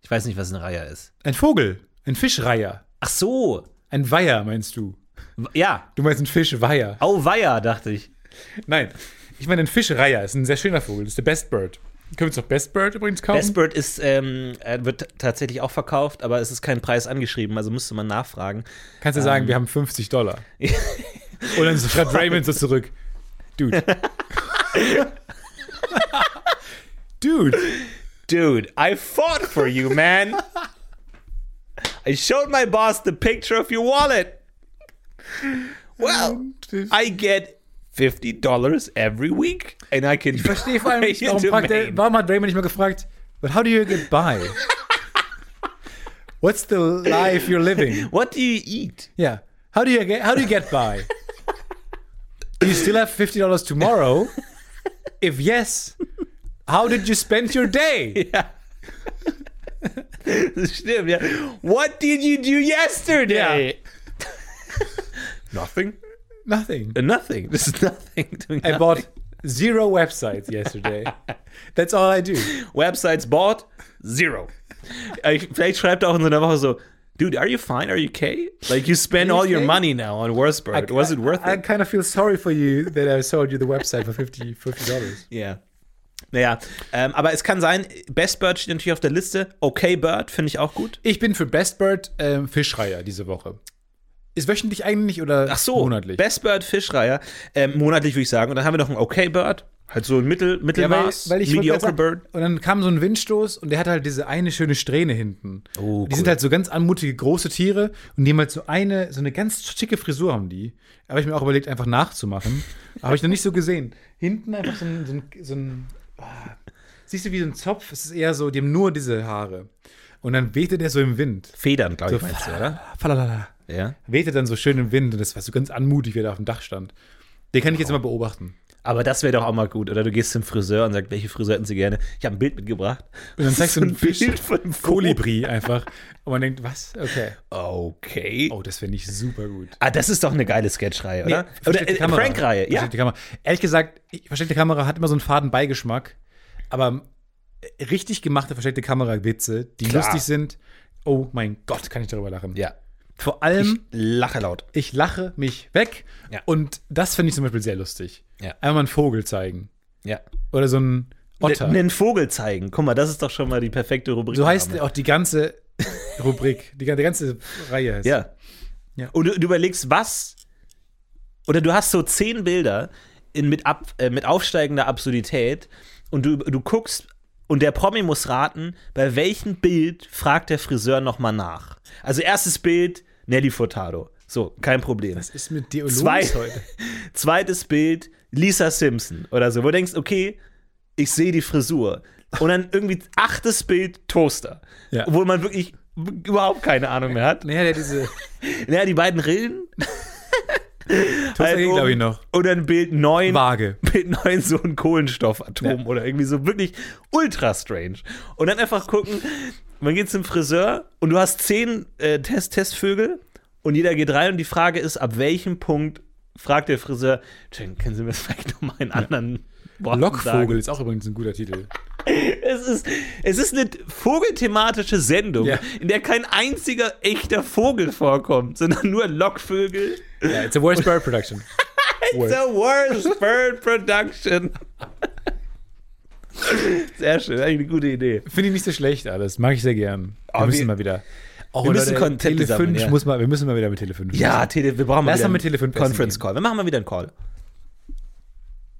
Ich weiß nicht, was ein Reiher ist. Ein Vogel, ein Fischreiher, Ach so, ein Weiher meinst du? W- ja, Du meinst ein Fischweiher? Auweia, dachte ich. Nein, ich meine ein Fischreiher ist ein sehr schöner Vogel. Das ist der Best Bird. Können wir uns noch Best Bird übrigens kaufen? Best Bird ist, ähm, äh, wird t- tatsächlich auch verkauft, aber es ist kein Preis angeschrieben, also müsste man nachfragen. Kannst du sagen, wir haben 50 Dollar. Und dann schreibt Raymond so zurück. Dude. Dude. Dude, I fought for you, man. I showed my boss the picture of your wallet. Well, I get $50 every week and I can Ich verstehe vor allem nicht, warum, fragt er, warum hat Raymond nicht mal gefragt, but how do you get by? What's the life you're living? What do you eat? Yeah. How do you get, how do you get by? Do you still have $50 tomorrow? If yes, how did you spend your day? Ja. Das stimmt, ja. What did you do yesterday? Nothing. Nothing. Nothing. This is nothing. Doing I bought zero websites yesterday. That's all I do. Websites bought. Zero. Äh, ich- Vielleicht schreibt er auch in so einer Woche so, Dude, are you fine? Are you okay? Like you spend Are you all your okay? money now on Worthburg. Was it worth I, I it? kind of feel sorry for you that I sold you the website for 50 dollars. Yeah. Naja, ähm, aber es kann sein, Best Bird steht natürlich auf der Liste. Okay Bird finde ich auch gut. Ich bin für Best Bird ähm, Fischreier diese Woche. Ist wöchentlich eigentlich oder Ach so, monatlich? Best Bird, Fischreier. Ähm, monatlich würde ich sagen. Und dann haben wir noch einen Okay Bird. Halt so ein Mittel, ja, weil, Mittelmaß. Genau, weil ich wollte Mediocre grad sagen, Bird. Und dann kam so ein Windstoß und der hatte halt diese eine schöne Strähne hinten. Oh, die sind cool. halt so ganz anmutige große Tiere und die haben halt so eine, so eine ganz schicke Frisur haben die. Habe ich mir auch überlegt, einfach nachzumachen. Habe ich noch nicht so gesehen. Hinten einfach so ein, so ein, so ein ah, siehst du wie so ein Zopf, es ist eher so, die haben nur diese Haare. Und dann wehte der so im Wind. Federn, glaube ich, So, meinst du, oder? Falalala. Ja. wehte dann so schön im Wind und das war so ganz anmutig, wie er da auf dem Dach stand. Den kann ich jetzt mal beobachten. Aber das wäre doch auch mal gut. Oder du gehst zum Friseur und sagst, welche Friseur hätten sie gerne? Ich habe ein Bild mitgebracht. Und dann zeigst du So einen Fisch, Bild von einem Kolibri. Kolibri einfach. Und man denkt, was? Okay. Okay. Oh, das finde ich super gut. Ah, das ist doch eine geile Sketchreihe, oder? oder Versteckte äh, Kamera. Frank-Reihe, ja. Versteckte Kamera. Ehrlich gesagt, ich- versteckte Kamera hat immer so einen faden Beigeschmack, aber äh, richtig gemachte versteckte Kamera-Witze, die Klar. lustig sind, oh mein Gott, kann ich darüber lachen. Ja. Vor Ich allem, lache laut. ich, lache mich weg Ja. und das finde ich zum Beispiel sehr lustig. Ja. Ne, Einmal mal einen Vogel zeigen Ja. oder so einen Otter. N- Einen Vogel zeigen. Guck mal, das ist doch schon mal die perfekte Rubrik. So heißt auch die ganze Rubrik, die, ga- die ganze Reihe heißt. Ja. Ja. Und du, du überlegst, was. Oder du hast so zehn Bilder in, mit, ab, äh, mit aufsteigender Absurdität und du, du guckst und der Promi muss raten, bei welchem Bild fragt der Friseur nochmal nach. Also erstes Bild, Nelly Furtado. So, kein Problem. Was ist mit dir Zwei- los heute? Zweites Bild, Lisa Simpson oder so, wo du denkst, okay, ich sehe die Frisur. Und dann irgendwie achtes Bild, Toaster. Ja. Obwohl man wirklich überhaupt keine Ahnung mehr hat. Naja, der diese Naja, die beiden Halt Rillen. Toaster ging, glaube ich, noch. Oder ein Bild 9. Waage. Bild 9 so ein Kohlenstoffatom Ja. oder irgendwie so wirklich ultra strange. Und dann einfach gucken, man geht zum Friseur und du hast zehn äh, Test Testvögel und jeder geht rein und die Frage ist, ab welchem Punkt fragt der Friseur, Jen, können Sie mir das vielleicht nochmal einen anderen Worten Lockvogel sagen? ist auch übrigens ein guter Titel. Es ist, es ist eine vogelthematische Sendung, Ja. in der kein einziger echter Vogel vorkommt, sondern nur Lockvögel. Yeah, it's a worst bird production. It's the worst bird production. Sehr schön, eigentlich eine gute Idee. Finde ich nicht so schlecht alles. Mag ich sehr gern. Wir Aber müssen wir- mal wieder. Oh, wir müssen Content Tele sammeln, 5 ja. muss mal, wir müssen mal wieder mit Tele 5. Ja, Tele, wir brauchen mal Lass wieder doch mit einen Tele5 essen Conference gehen. Call. Wir machen mal wieder einen Call.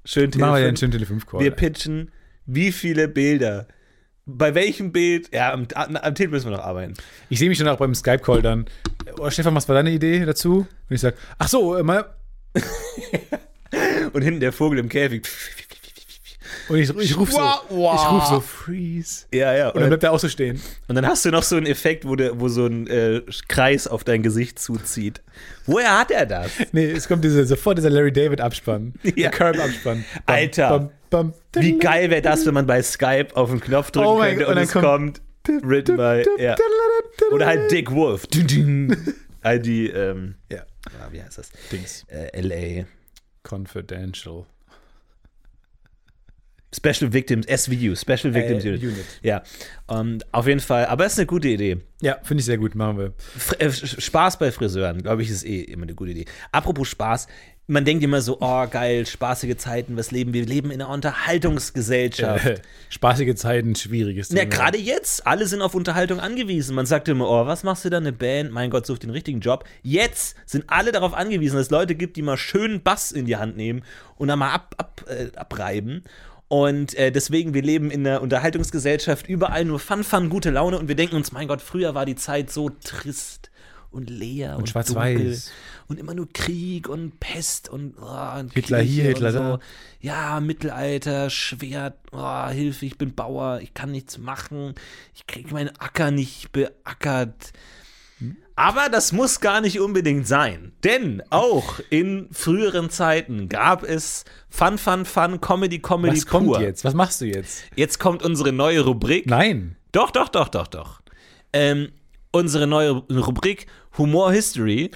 Schön Machen wir ja Tele einen 5. schönen Tele 5 Call. Wir pitchen, wie viele Bilder. Bei welchem Bild? Ja, am, am Titel müssen wir noch arbeiten. Ich sehe mich schon auch beim Skype Call dann. Oh, Stefan, was war deine Idee dazu? Und ich sage, ach so, äh, mal Und hinten der Vogel im Käfig. und ich, ich rufe so, Wah, wah. ich rufe so Freeze. Ja, ja. Und dann bleibt er auch so stehen. Und dann hast du noch so einen Effekt, wo, der, wo so ein äh, Kreis auf dein Gesicht zuzieht. Woher hat er das? Nee, es kommt diese, sofort dieser Larry David Abspann. Ja. Der Curb Abspann. Bam, Alter. bam, Wie geil wäre das, wenn man bei Skype auf den Knopf drücken Oh mein könnte Gott, und, und es dann kommt. Written by. Ja. Oder halt Dick Wolf. Dün, dün. All die, ähm, Ja. ah, wie heißt das? Dings. Äh, LA. Confidential. Special Victims, SVU, Special Victims Äh, Unit. Unit. Ja, und auf jeden Fall. Aber es ist eine gute Idee. Ja, finde ich sehr gut, machen wir. Fr äh, Sch- Spaß bei Friseuren, glaube ich, ist eh immer eine gute Idee. Apropos Spaß, man denkt immer so, oh geil, spaßige Zeiten, was leben wir? Wir leben in einer Unterhaltungsgesellschaft. Spaßige Zeiten, schwieriges Na, gerade jetzt, alle sind auf Unterhaltung angewiesen. Man sagt immer, oh, was machst du da, eine Band? Mein Gott, such den richtigen Job. Jetzt sind alle darauf angewiesen, dass es Leute gibt, die mal schön Bass in die Hand nehmen und dann mal ab, ab, äh, abreiben. Und äh, deswegen, wir leben in einer Unterhaltungsgesellschaft, überall nur Fun, Fun, gute Laune und wir denken uns, mein Gott, früher war die Zeit so trist und leer und, schwarz-weiß. dunkel und immer nur Krieg und Pest und, oh, und Hitler hier, Kirche Hitler und da. ja, Mittelalter, Schwert, oh, Hilfe, ich bin Bauer, ich kann nichts machen, ich kriege meinen Acker nicht beackert. Aber das muss gar nicht unbedingt sein, denn auch in früheren Zeiten gab es Fun, Fun, Fun, Comedy, Comedy Was kommt pur. jetzt? Was machst du jetzt? Jetzt kommt unsere neue Rubrik. Nein. Doch, doch, doch, doch, doch. Ähm, unsere neue Rubrik Humor History.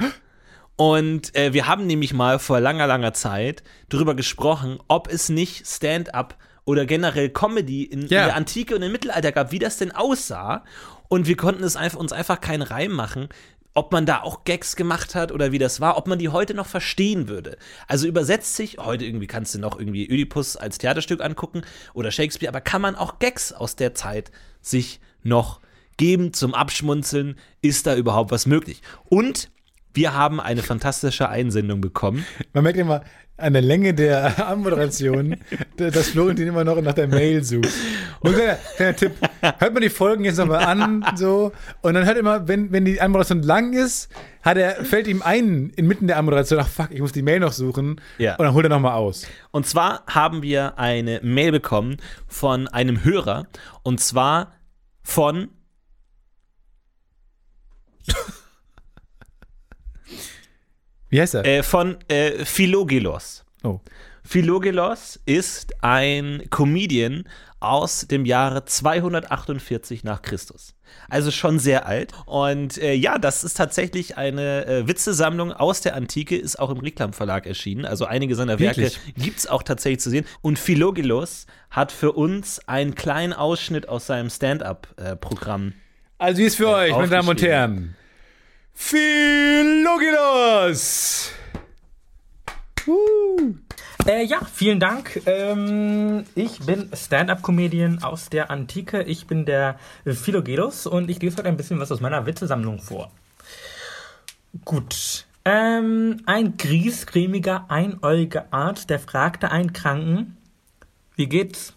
Und äh, wir haben nämlich mal vor langer, langer Zeit drüber gesprochen, ob es nicht Stand-up oder generell Comedy in, Ja. in der Antike und im Mittelalter gab, wie das denn aussah. Und wir konnten es einfach, uns einfach keinen Reim machen, ob man da auch Gags gemacht hat oder wie das war, ob man die heute noch verstehen würde. Also übersetzt sich, heute irgendwie kannst du noch irgendwie Oedipus als Theaterstück angucken oder Shakespeare, aber kann man auch Gags aus der Zeit sich noch geben zum Abschmunzeln? Ist da überhaupt was möglich? Und wir haben eine fantastische Einsendung bekommen. Man merkt immer an der Länge der Anmoderation, d- dass Florentin immer noch nach der Mail sucht. Nur ein kleiner, kleiner Tipp. Hört man die Folgen jetzt nochmal an, so. Und dann hört immer, wenn, wenn die Anmoderation lang ist, hat er, fällt ihm ein, inmitten der Anmoderation, ach fuck, ich muss die Mail noch suchen. Ja. Und dann holt er nochmal aus. Und zwar haben wir eine Mail bekommen von einem Hörer. Und zwar von. Wie heißt er? Äh, von äh, Philogelos. oh. Philogelos ist ein Comedian aus dem Jahre 248 nach Christus. Also schon sehr alt. Und äh, ja, das ist tatsächlich eine äh, Witzesammlung aus der Antike, ist auch im Reklam Verlag erschienen. Also einige seiner Werke Wirklich? gibt es auch tatsächlich zu sehen. Und Philogelos hat für uns einen kleinen Ausschnitt aus seinem äh, Stand-up-Programm. Also, wie ist für äh, euch, meine Damen und Herren? Philogelos! Uh. Äh, ja, vielen Dank. Ähm, ich bin Stand-up-Comedian aus der Antike. Ich bin der Philogelos und ich lese heute ein bisschen was aus meiner Witzesammlung vor. Gut. Ähm, ein griesgrämiger, einäugiger Arzt, der fragte einen Kranken, wie geht's?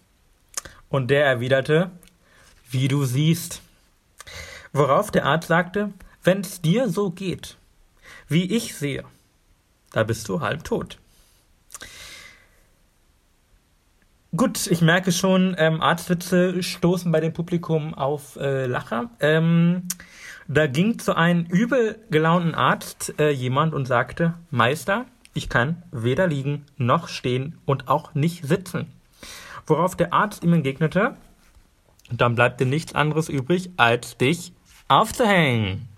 Und der erwiderte, wie du siehst. Worauf der Arzt sagte, wenn's dir so geht, wie ich sehe, da bist du halb tot. Gut, ich merke schon, ähm, Arztwitze stoßen bei dem Publikum auf äh, Lacher. Ähm, da ging zu einem übel gelaunten Arzt äh, jemand und sagte, Meister, ich kann weder liegen noch stehen und auch nicht sitzen. Worauf der Arzt ihm entgegnete, dann bleibt dir nichts anderes übrig, als dich aufzuhängen.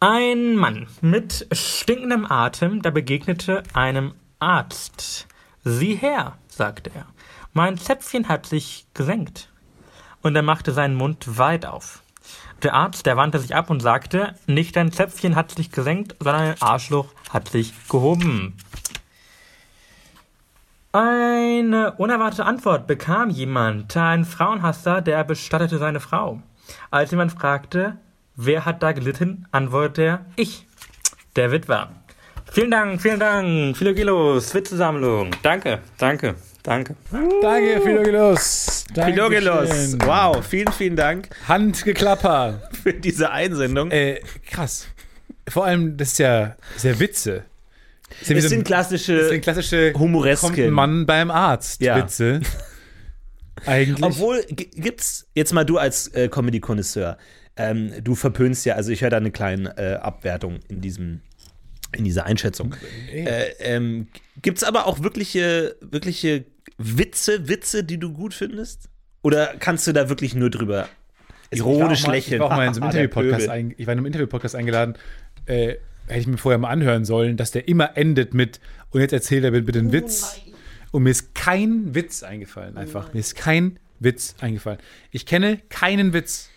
Ein Mann mit stinkendem Atem, der begegnete einem Arzt. Sieh her, sagte er. Mein Zäpfchen hat sich gesenkt. Und er machte seinen Mund weit auf. Der Arzt, der wandte sich ab und sagte, nicht dein Zäpfchen hat sich gesenkt, sondern dein Arschloch hat sich gehoben. Eine unerwartete Antwort bekam jemand, ein Frauenhasser, der bestattete seine Frau. Als jemand fragte, wer hat da gelitten, antwortete er, ich, der Witwer. Vielen Dank, vielen Dank, Philogelos, Witzsammlung. Danke, danke, danke. Danke, Philogelos. Pilogelos, Dankeschön. wow, vielen, vielen Dank Handgeklapper. für diese Einsendung. Äh, krass. Vor allem, das ist ja, das ist ja Witze. Das ist ja wie es so ein- sind das klassische sind klassische Humoresken. kommt ein Mann beim Arzt Ja. Witze. Eigentlich. Obwohl, g- gibt's jetzt mal du als äh, Comedy-Konnoisseur, ähm, du verpönst ja, also ich höre da eine kleine äh, Abwertung in diesem, in dieser Einschätzung. Äh, ähm, gibt's aber auch wirkliche, wirkliche Witze, Witze, die du gut findest? Oder kannst du da wirklich nur drüber ironisch Also ich war auch mal, lächeln? Ich war auch mal in so einem Haha, der Interview-Podcast Pöbel. ein, ich war in einem Interview-Podcast eingeladen. Äh, hätte ich mir vorher mal anhören sollen, dass der immer endet mit und jetzt erzählt er bitte bitte einen Witz. Und mir ist kein Witz eingefallen, einfach. mir ist kein Witz eingefallen. Ich kenne keinen Witz.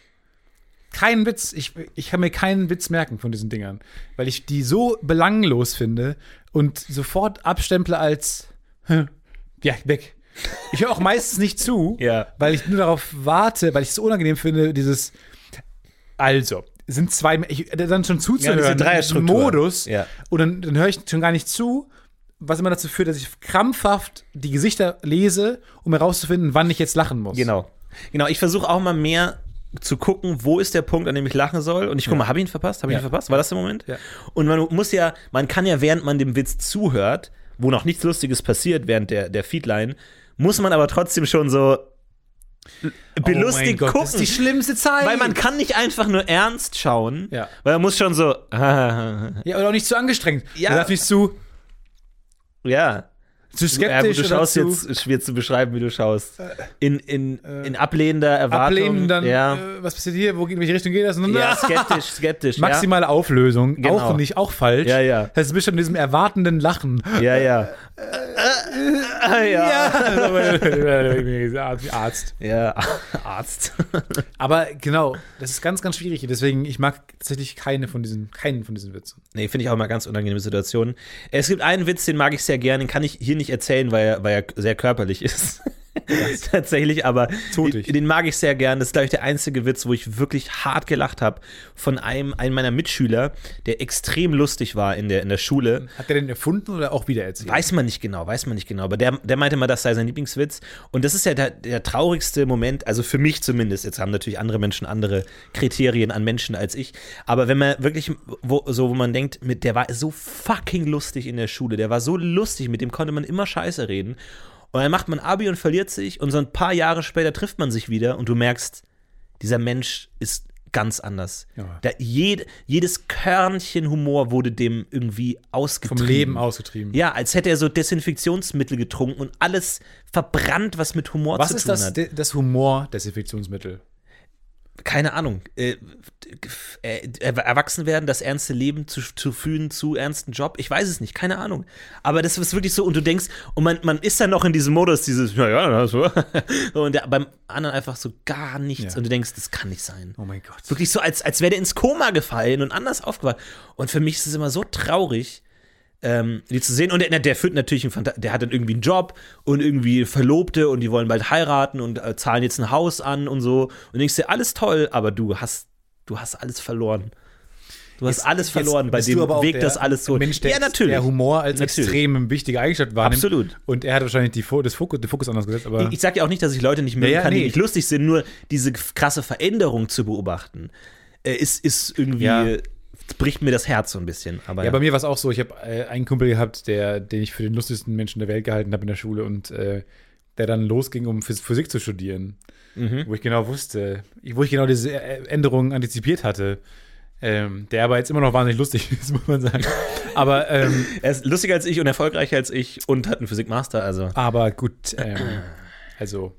Keinen Witz. Ich, ich kann mir keinen Witz merken von diesen Dingern, weil ich die so belanglos finde und sofort abstemple als "Hä, ja, weg. Ich höre auch meistens nicht zu, Ja. weil ich nur darauf warte, weil ich es so unangenehm finde, dieses also, sind zwei, ich, dann schon zuzuhören, diese diesen Dreierstruktur. Modus. Ja. Und dann, dann höre ich schon gar nicht zu, was immer dazu führt, dass ich krampfhaft die Gesichter lese, um herauszufinden, wann ich jetzt lachen muss. Genau. Genau, ich versuche auch mal mehr zu gucken, wo ist der Punkt, an dem ich lachen soll. Und ich gucke mal, habe ich ihn verpasst? Habe ich Ja. ihn verpasst? War das der Moment? Ja. Und man muss ja, man kann ja, während man dem Witz zuhört, wo noch nichts Lustiges passiert während der, der Feedline, muss man aber trotzdem schon so belustigt oh mein Gott, Das ist gucken. die schlimmste Zeit. Weil man kann nicht einfach nur ernst schauen, Ja. weil man muss schon so, ja, oder auch nicht zu angestrengt. Ja. Man darf nicht zu, ja. zu ja, gut, skeptisch du oder schaust zu Äh, jetzt, ist schwer zu beschreiben, wie du schaust. In, in, in ablehnender Erwartung. ablehnen, dann, ja. äh, was passiert hier, wo, in welche Richtung geht das? Und dann, ja, skeptisch, skeptisch. ja. Maximale Auflösung, Genau. auch nicht, auch falsch. Ja, ja. Das ist bestimmt diesem erwartenden Lachen. Ja, ja. Äh, äh, ja. ah, Arzt. Ja, Arzt. Aber genau, das ist ganz, ganz schwierig. Deswegen, ich mag tatsächlich keine von diesen, keinen von diesen Witzen. Nee, finde ich auch mal ganz unangenehme Situationen. Es gibt einen Witz, den mag ich sehr gern, den kann ich hier nicht erzählen, weil er, weil er sehr körperlich ist. Tatsächlich, aber Totig. den, den mag ich sehr gern. Das ist, glaube ich, der einzige Witz, wo ich wirklich hart gelacht habe von einem, einem meiner Mitschüler, der extrem lustig war in der, in der Schule. Hat der den erfunden oder auch wieder erzählt? Weiß man nicht genau, weiß man nicht genau. Aber der, der meinte mal, das sei sein Lieblingswitz. Und das ist ja der, der traurigste Moment, also für mich zumindest. Jetzt haben natürlich andere Menschen andere Kriterien an Menschen als ich. Aber wenn man wirklich, wo, so, wo man denkt, mit, der war so fucking lustig in der Schule, der war so lustig, mit dem konnte man immer Scheiße reden. Und dann macht man Abi und verliert sich und so ein paar Jahre später trifft man sich wieder und du merkst, dieser Mensch ist ganz anders. Ja. Da jed, jedes Körnchen Humor wurde dem irgendwie Vom ausgetrieben. Leben ausgetrieben. Ja, als hätte er so Desinfektionsmittel getrunken und alles verbrannt, was mit Humor Was zu ist tun das, hat. de- das Humor-Desinfektionsmittel? Keine Ahnung. Äh, f- äh, erwachsen werden, das ernste Leben zu, zu fühlen, zu ernsten Job. Ich weiß es nicht, keine Ahnung. Aber das ist wirklich so, und du denkst, und man, man ist dann noch in diesem Modus, dieses, naja, das war. Und der, beim anderen einfach so gar nichts. Ja. Und du denkst, das kann nicht sein. Oh mein Gott. Wirklich so, als, als wäre der ins Koma gefallen und anders aufgewacht. Und für mich ist es immer so traurig, ähm, die zu sehen. Und der, der führt natürlich einen Fanta der hat dann irgendwie einen Job und irgendwie Verlobte und die wollen bald heiraten und äh, zahlen jetzt ein Haus an und so. Und denkst dir, alles toll, aber du hast, du hast alles verloren. Du hast alles verloren bei bist du dem aber auch Weg, der das alles so. Mensch, der, ja, natürlich. der Humor als Natürlich. extrem wichtige Eigenschaft wahrnimmt. Absolut. Und er hat wahrscheinlich die Fo das Fokus, den Fokus anders gesetzt. Aber Ich sage ja auch nicht, dass ich Leute nicht mögen Ja, ja, kann, die nee. nicht lustig sind, nur diese krasse Veränderung zu beobachten, äh, ist, ist irgendwie, Ja. bricht mir das Herz so ein bisschen. Aber, Ja, bei mir war es auch so. Ich habe äh, einen Kumpel gehabt, der, den ich für den lustigsten Menschen der Welt gehalten habe in der Schule und äh, der dann losging, um Phys Physik zu studieren, Mhm. wo ich genau wusste, wo ich genau diese Ä- Änderungen antizipiert hatte. Ähm, der aber jetzt immer noch wahnsinnig lustig ist, muss man sagen. Aber, ähm, Er ist lustiger als ich und erfolgreicher als ich und hat einen Physikmaster, also. aber gut, ähm, also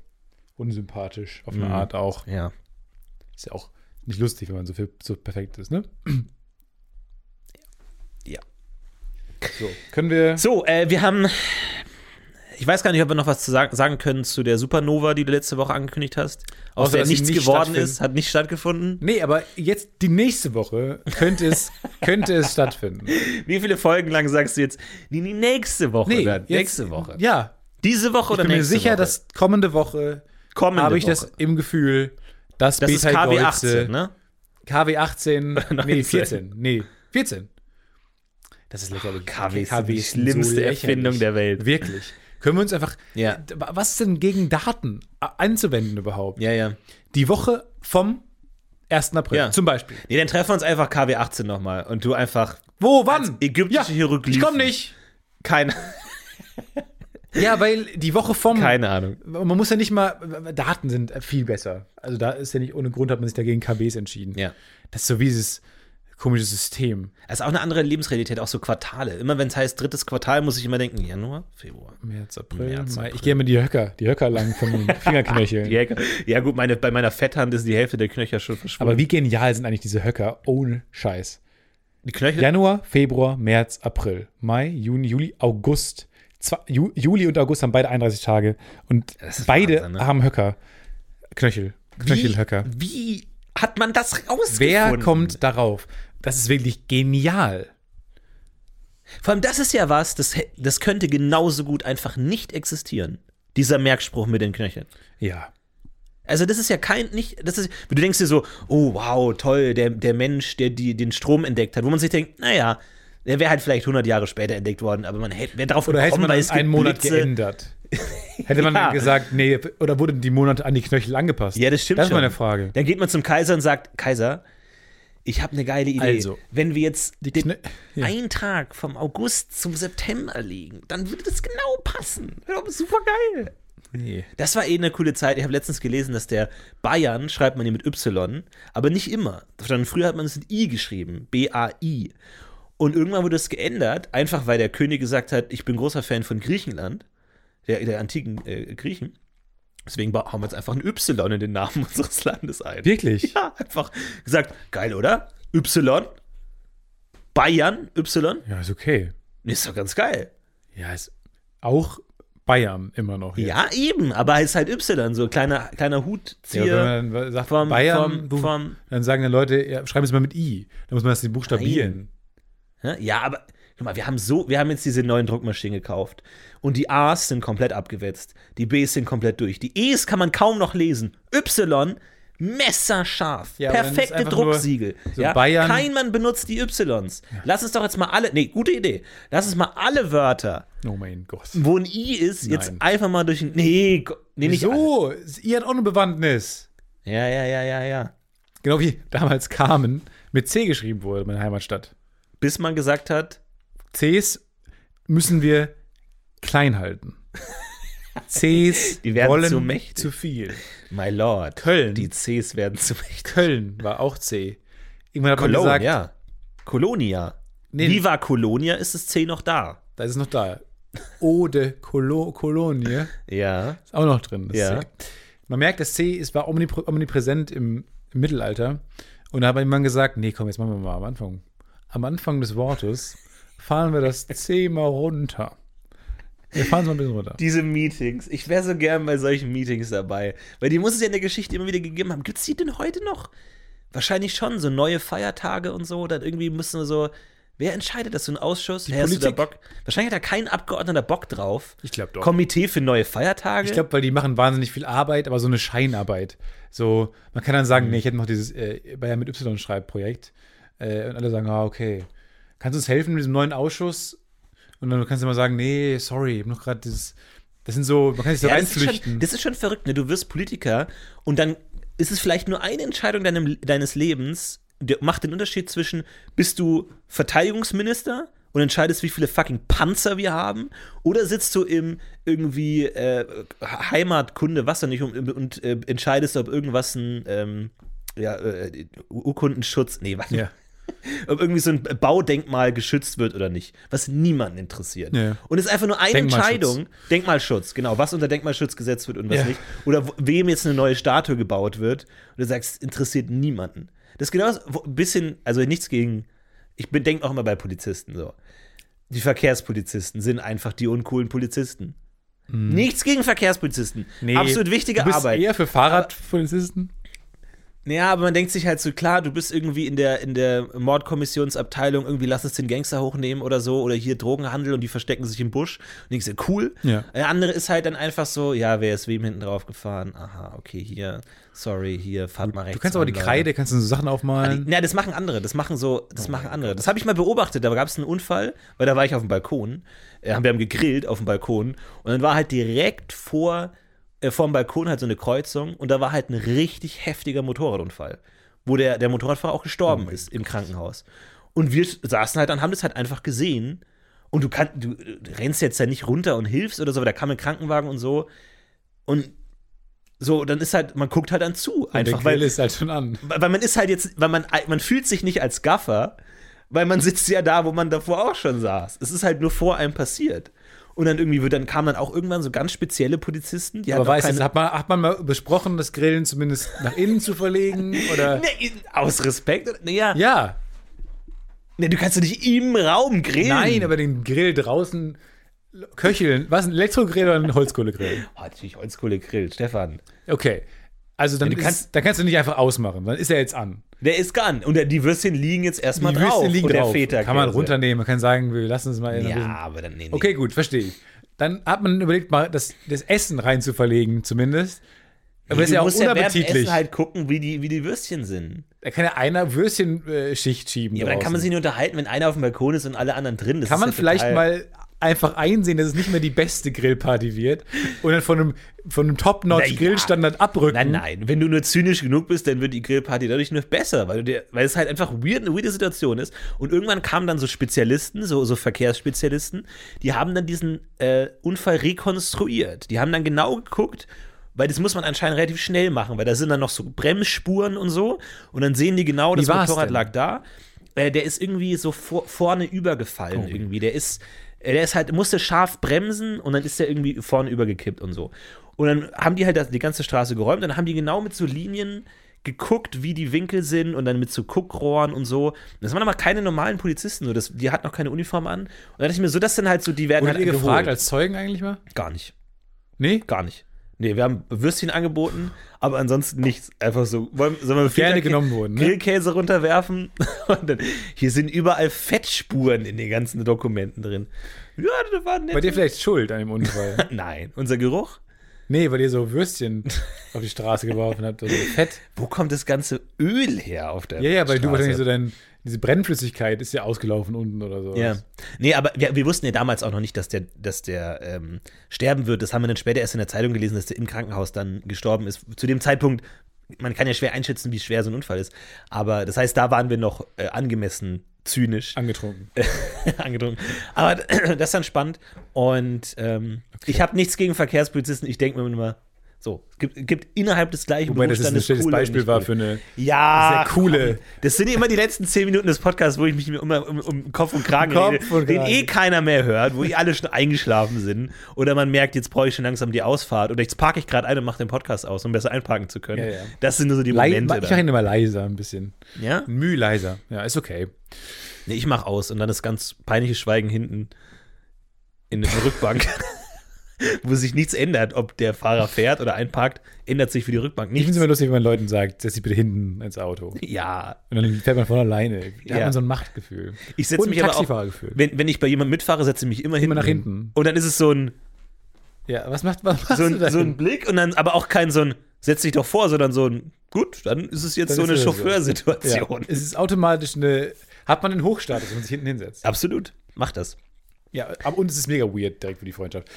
unsympathisch auf eine Mhm. Art auch. Ja. Ist ja auch nicht lustig, wenn man so, viel, so perfekt ist, ne? Ja. So, können wir. So, äh, wir haben Ich weiß gar nicht, ob wir noch was zu sagen, sagen können zu der Supernova, die du letzte Woche angekündigt hast. Aus Außer, der dass sie nichts nicht geworden stattfinden. ist, hat nicht stattgefunden. Nee, aber jetzt die nächste Woche könnte es, könnte es stattfinden. Wie viele Folgen lang sagst du jetzt? Die die nächste Woche. Nee, oder jetzt- nächste Woche. Ja. Diese Woche Ich oder bin mir nächste sicher, Woche? dass kommende Woche kommende habe ich Woche. das im Gefühl, dass Das ist Beta KW 18, Geuze- ne? KW 18, nee, 19. 14. Nee, 14. Das ist lächerlich. KW ist die so schlimmste lächerlich. Erfindung der Welt. Wirklich. Können wir uns einfach. Ja. Was ist denn gegen Daten a- anzuwenden überhaupt? Ja, ja. Die Woche vom 1. April Ja. zum Beispiel. Nee, dann treffen wir uns einfach KW 18 nochmal und du einfach Wo, wann? ägyptische Ich Hieroglyphen. komm nicht. keine, Ja, weil die Woche vom. keine Ahnung. Man muss ja nicht mal. Daten sind äh, viel besser. Also da ist ja nicht ohne Grund, hat man sich dagegen KWs entschieden. Ja. Das ist so wie dieses komische System. Das ist auch eine andere Lebensrealität, auch so Quartale. Immer wenn es heißt drittes Quartal, muss ich immer denken, Januar, Februar. März, April, März, Mai. April. Ich gehe mir die Höcker, die Höcker lang von den Fingerknöcheln. Ja, ja gut, meine, bei meiner Fetthand ist die Hälfte der Knöchel schon verschwunden. Aber wie genial sind eigentlich diese Höcker ohne Scheiß? die Knöchel? Januar, Februar, März, April, Mai, Juni, Juli, August. Zwei, Ju, Juli und August haben beide 31 Tage und Das ist beide Wahnsinn, ne? haben Höcker. Knöchel. Knöchelhöcker. Wie, wie hat man das rausgefunden? Wer kommt darauf? Das ist wirklich genial. Vor allem, das ist ja was, das, hä- das könnte genauso gut einfach nicht existieren. Dieser Merkspruch mit den Knöcheln. Ja. Also, das ist ja kein, nicht, das ist, du denkst dir so, oh wow, toll, der, der Mensch, der die, den Strom entdeckt hat, wo man sich denkt, naja, der wäre halt vielleicht 100 Jahre später entdeckt worden, aber man hätte, wäre darauf Oder hätte gekommen, man weil das es gibt einen Monat Blitze. geändert? Hätte man Ja. dann gesagt, nee, oder wurden die Monate an die Knöchel angepasst? Ja, das stimmt Das ist schon. meine Frage. Dann geht man zum Kaiser und sagt, Kaiser, ich habe eine geile Idee. Also, Wenn wir jetzt den Knö- ja. einen Tag vom August zum September legen, dann würde das genau passen. Ja, Super geil. Nee. Das war eh eine coole Zeit. Ich habe letztens gelesen, dass der Bayern schreibt man hier mit Y, aber nicht immer. Sondern früher hat man es mit I geschrieben. B-A-I. Und irgendwann wurde es geändert, einfach weil der König gesagt hat, ich bin großer Fan von Griechenland, der, der antiken äh, Griechen. Deswegen ba- haben wir jetzt einfach ein Y in den Namen unseres Landes ein. Wirklich? Ja, einfach gesagt, geil, oder? Y. Bayern, Y. Ja, ist okay. Ist doch ganz geil. Ja, ist auch Bayern immer noch. jetzt. Ja, eben, aber es ist halt Y, so kleiner, kleiner Hutzieher. ja wenn man dann sagt vom- Bayern, vom- du- vom- dann sagen dann Leute, ja, schreiben es mal mit I. Dann muss man das buchstabieren. Ne? Ja, aber guck mal, wir haben so, wir haben jetzt diese neuen Druckmaschinen gekauft und die A's sind komplett abgewetzt, die B's sind komplett durch, die E's kann man kaum noch lesen, Y messerscharf, Ja, aber dann ist perfekte einfach nur Drucksiegel. so ja? Bayern- Kein Mann benutzt die Ys. Lass uns doch jetzt mal alle, nee, gute Idee. Lass uns mal alle Wörter, Oh mein Gott. wo ein I ist, jetzt Nein. einfach mal durch ein, nee, go- nee, nicht alle. so, ist ihr hat auch eine Bewandtnis. Ja, ja, ja, ja, ja. Genau wie damals Carmen mit C geschrieben wurde, meine Heimatstadt. Bis man gesagt hat, Cs müssen wir klein halten. Cs Die werden wollen zu mächtig. zu viel. my lord, Köln. Die C's werden zu mächtig. Köln war auch C. Irgendwann hat man Cologne, gesagt, ja. Colonia. Nee. Viva Colonia ist das C noch da. da ist es noch da. Ode Colo Colonie. Ja. Ist auch noch drin, das Ja. C. Man merkt, das C ist, war omnipr- omnipräsent im, im Mittelalter. Und da hat man gesagt, nee, komm, jetzt machen wir mal am Anfang. Am Anfang des Wortes fahren wir das C mal runter. Wir fahren es mal ein bisschen runter. Diese Meetings. Ich wäre so gern bei solchen Meetings dabei. Weil die muss es ja in der Geschichte immer wieder gegeben haben. Gibt es die denn heute noch? Wahrscheinlich schon. So neue Feiertage und so. Dann irgendwie müssen wir so. Wer entscheidet das? So ein Ausschuss? Die Hast du da Politik. Bock? Wahrscheinlich hat da kein Abgeordneter Bock drauf. Ich glaub doch. Komitee für neue Feiertage? Ich glaube, weil die machen wahnsinnig viel Arbeit, aber so eine Scheinarbeit. So, man kann dann Mhm. sagen, nee, ich hätte noch dieses äh, Bayern mit Y-Schreibprojekt. Äh, und alle sagen, ah, okay. Kannst du uns helfen mit diesem neuen Ausschuss? Und dann kannst du immer sagen, nee, sorry, ich hab noch gerade dieses. Das sind so, man kann sich so Ja, das, ist schon, reinflüchten. das ist schon verrückt, ne? Du wirst Politiker und dann ist es vielleicht nur eine Entscheidung deinem, deines Lebens, der macht den Unterschied zwischen, bist du Verteidigungsminister und entscheidest, wie viele fucking Panzer wir haben, oder sitzt du im irgendwie äh, Heimatkunde, was da nicht, und, und äh, entscheidest, ob irgendwas ein ähm, ja, äh, Urkundenschutz, nee, warte, ja. ob irgendwie so ein Baudenkmal geschützt wird oder nicht, was niemanden interessiert. Ja. Und es ist einfach nur eine Denkmalschutz. Entscheidung, Denkmalschutz, genau, was unter Denkmalschutz gesetzt wird und was Ja. nicht. Oder wo- wem jetzt eine neue Statue gebaut wird. Und du sagst, interessiert niemanden. Das ist genau das, wo- ein bisschen, also nichts gegen, ich denke auch immer bei Polizisten so. Die Verkehrspolizisten sind einfach die uncoolen Polizisten. Nichts gegen Verkehrspolizisten. Absolut wichtige Mhm. du bist Arbeit. eher für Fahrradpolizisten? Ja, aber man denkt sich halt so, klar, du bist irgendwie in der, in der Mordkommissionsabteilung, irgendwie lass es den Gangster hochnehmen oder so, oder hier Drogenhandel und die verstecken sich im Busch. Und denkst dir, cool. Ja. Der andere ist halt dann einfach so, ja, wer ist wem hinten drauf gefahren? Aha, okay, hier, sorry, hier, fahrt mal rechts. Du kannst aber die an, Leute. Kreide, kannst du so Sachen aufmalen. Na, das machen andere, das machen so, Oh das machen andere. Das habe ich mal beobachtet, da gab es einen Unfall, weil da war ich auf dem Balkon, äh, haben wir haben gegrillt auf dem Balkon und dann war halt direkt vor äh, vorm Balkon halt so eine Kreuzung und da war halt ein richtig heftiger Motorradunfall, wo der der Motorradfahrer auch gestorben Oh ist im Krankenhaus. Und wir saßen halt und haben das halt einfach gesehen und du kannst du, du rennst jetzt ja nicht runter und hilfst oder so, aber da kam ein Krankenwagen und so und so, dann ist halt, man guckt halt dann zu, Und einfach der weil Grill ist halt schon an. weil weil man ist halt jetzt, weil man, man fühlt sich nicht als Gaffer, weil man sitzt ja da, wo man davor auch schon saß. Es ist halt nur vor einem passiert. Und dann irgendwie wird, dann kamen dann auch irgendwann so ganz spezielle Polizisten, die Aber halt noch weißt keine- du, hat man, hat man mal besprochen, das Grillen zumindest nach innen zu verlegen? Oder? Nee, aus Respekt? Naja, Ja, nee, du kannst doch nicht im Raum grillen. nein, aber den Grill draußen köcheln. Was, ein Elektrogrill oder ein Holzkohlegrill? Oh, hat natürlich Holzkohle grillt, Stefan. Okay. Also dann, Ja, du kannst, kannst- dann kannst du nicht einfach ausmachen, dann ist er jetzt an. Der ist gone. Und der, die Würstchen liegen jetzt erstmal Würstchen drauf. und der Feta Kann man runternehmen, man kann sagen, wir lassen es mal in Ja, bisschen- aber dann nee, nee. Okay, gut, verstehe ich. Dann hat man überlegt, mal das, das Essen rein zu verlegen, zumindest. Aber das ist du ja auch musst ja während unappetitlich. Essen halt gucken, wie die, wie die Würstchen sind. da kann ja einer Würstchenschicht schieben. Ja, aber dann kann man draußen. sich nicht unterhalten, wenn einer auf dem Balkon ist und alle anderen drin. Das Kann ist man ja vielleicht total- mal einfach einsehen, dass es nicht mehr die beste Grillparty wird und dann von einem, von einem Na ja. Top-Notch-Grillstandard abrücken? Nein, nein. Wenn du nur zynisch genug bist, dann wird die Grillparty dadurch nur besser, weil, du dir, weil es halt einfach weird, eine weirde Situation ist. Und irgendwann kamen dann so Spezialisten, so, so Verkehrsspezialisten, die haben dann diesen äh, Unfall rekonstruiert. Die haben dann genau geguckt, weil das muss man anscheinend relativ schnell machen, weil da sind dann noch so Bremsspuren und so. Und dann sehen die genau, das war's Motorrad denn? lag da. Äh, der ist irgendwie so vor, vorne übergefallen irgendwie. Der ist, äh, der ist halt, musste scharf bremsen und dann ist der irgendwie vorne übergekippt und so. Und dann haben die halt das, die ganze Straße geräumt und dann haben die genau mit so Linien geguckt, wie die Winkel sind und dann mit so Guckrohren und so. Das waren aber keine normalen Polizisten, so das, die hatten noch keine Uniform an. Und dann dachte ich mir, so das sind halt so, die werden Wurde halt ihr gefragt geholt. als Zeugen eigentlich mal? Gar nicht, Nee? gar nicht. Nee, wir haben Würstchen angeboten, aber ansonsten nichts. Einfach so, wollen, sollen wir Gerne Feta- genommen wurden, ne? Grillkäse runterwerfen. Und dann, hier sind überall Fettspuren in den ganzen Dokumenten drin. Ja, das war nett. War dir vielleicht schuld an dem Unfall? Nein, unser Geruch? nee, weil ihr so Würstchen auf die Straße geworfen habt oder so Fett. Wo kommt das ganze Öl her auf der Ja, ja, weil du Straße? wahrscheinlich so dein, diese Brennflüssigkeit ist ja ausgelaufen unten oder so. Ja. Nee, aber wir, wir wussten ja damals auch noch nicht, dass der, dass der ähm, sterben wird. Das haben wir dann später erst in der Zeitung gelesen, dass der im Krankenhaus dann gestorben ist. Zu dem Zeitpunkt, man kann ja schwer einschätzen, wie schwer so ein Unfall ist. Aber das heißt, da waren wir noch äh, angemessen zynisch Angetrunken. Äh, angetrunken. Aber das ist dann spannend. Und ähm, ich habe nichts gegen Verkehrspolizisten. Ich denke mir immer, so, es gibt, gibt innerhalb des gleichen Wobei das jetzt ein Berufsstandes schlechtes coole und Beispiel nicht war coole. für eine. Ja, Sehr coole. komm. Das sind immer die letzten zehn Minuten des Podcasts, wo ich mich mir immer um, um Kopf und Kragen Kopf rede, und den Kragen. eh keiner mehr hört, wo ihr alle schon eingeschlafen sind. Oder man merkt, jetzt brauche ich schon langsam die Ausfahrt. Oder jetzt parke ich gerade ein und mache den Podcast aus, um besser einparken zu können. Ja, ja. Das sind nur so die Lei- ich Momente. mache da. ihn immer leiser ein bisschen. Ja? Müh leiser. Ja, ist okay. Nee, ich mache aus und dann ist ganz peinliches Schweigen hinten in der Rückbank. Wo sich nichts ändert, ob der Fahrer fährt oder einparkt, ändert sich für die Rückbank Ich finde es nichts. immer lustig, wenn man Leuten sagt, setz dich bitte hinten ins Auto. Und Ja, dann fährt man von alleine. Da Ja. hat man so ein Machtgefühl. ich Und setze ein mich aber auch, Taxifahrergefühl. wenn, wenn ich bei jemandem mitfahre, setze ich mich immer, Immer hinten nach hin. hinten. Und dann ist es so ein, Ja, was macht was machst so du ein, da? so ein Blick und dann aber auch kein so ein, setz dich doch vor, sondern so ein, gut, dann ist es jetzt Dann so ist eine es so. ja. Chauffeursituation. Es ist automatisch eine. Hat man einen Hochstatus, wenn man sich hinten hinsetzt? Absolut, mach das. Ja, aber und es ist mega weird direkt für die Freundschaft.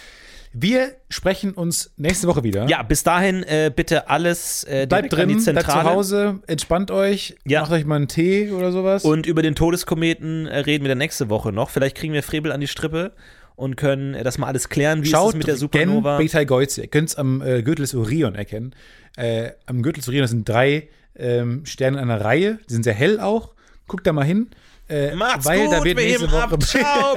Wir sprechen uns nächste Woche wieder. Ja, bis dahin äh, bitte alles äh, Bleibt direkt an die drin, bleibt zu Zentrale. Hause, entspannt euch, Ja. macht euch mal einen Tee oder sowas. Und über den Todeskometen äh, reden wir dann nächste Woche noch. Vielleicht kriegen wir Frebel an die Strippe und können äh, das mal alles klären, wie ist es mit der Supernova. Beta Geuze. Ihr könnt es am äh, Gürtel des Orion erkennen. Äh, am Gürtel des Orion das sind drei ähm, Sterne in einer Reihe. Die sind sehr hell auch. Guckt da mal hin. Äh, weil da wird nächste heben Woche Ciao.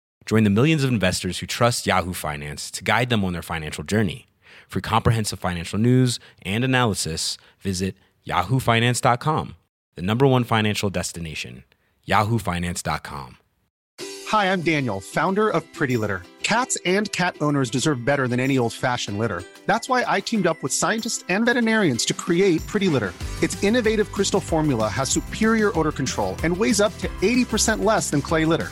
Join the millions of investors who trust Yahoo Finance to guide them on their financial journey. For comprehensive financial news and analysis, visit yahoofinance.com, the number one financial destination, yahoofinance.com. Hi, I'm Daniel, founder of Pretty Litter. Cats and cat owners deserve better than any old fashioned litter. That's why I teamed up with scientists and veterinarians to create Pretty Litter. Its innovative crystal formula has superior odor control and weighs up to 80% less than clay litter.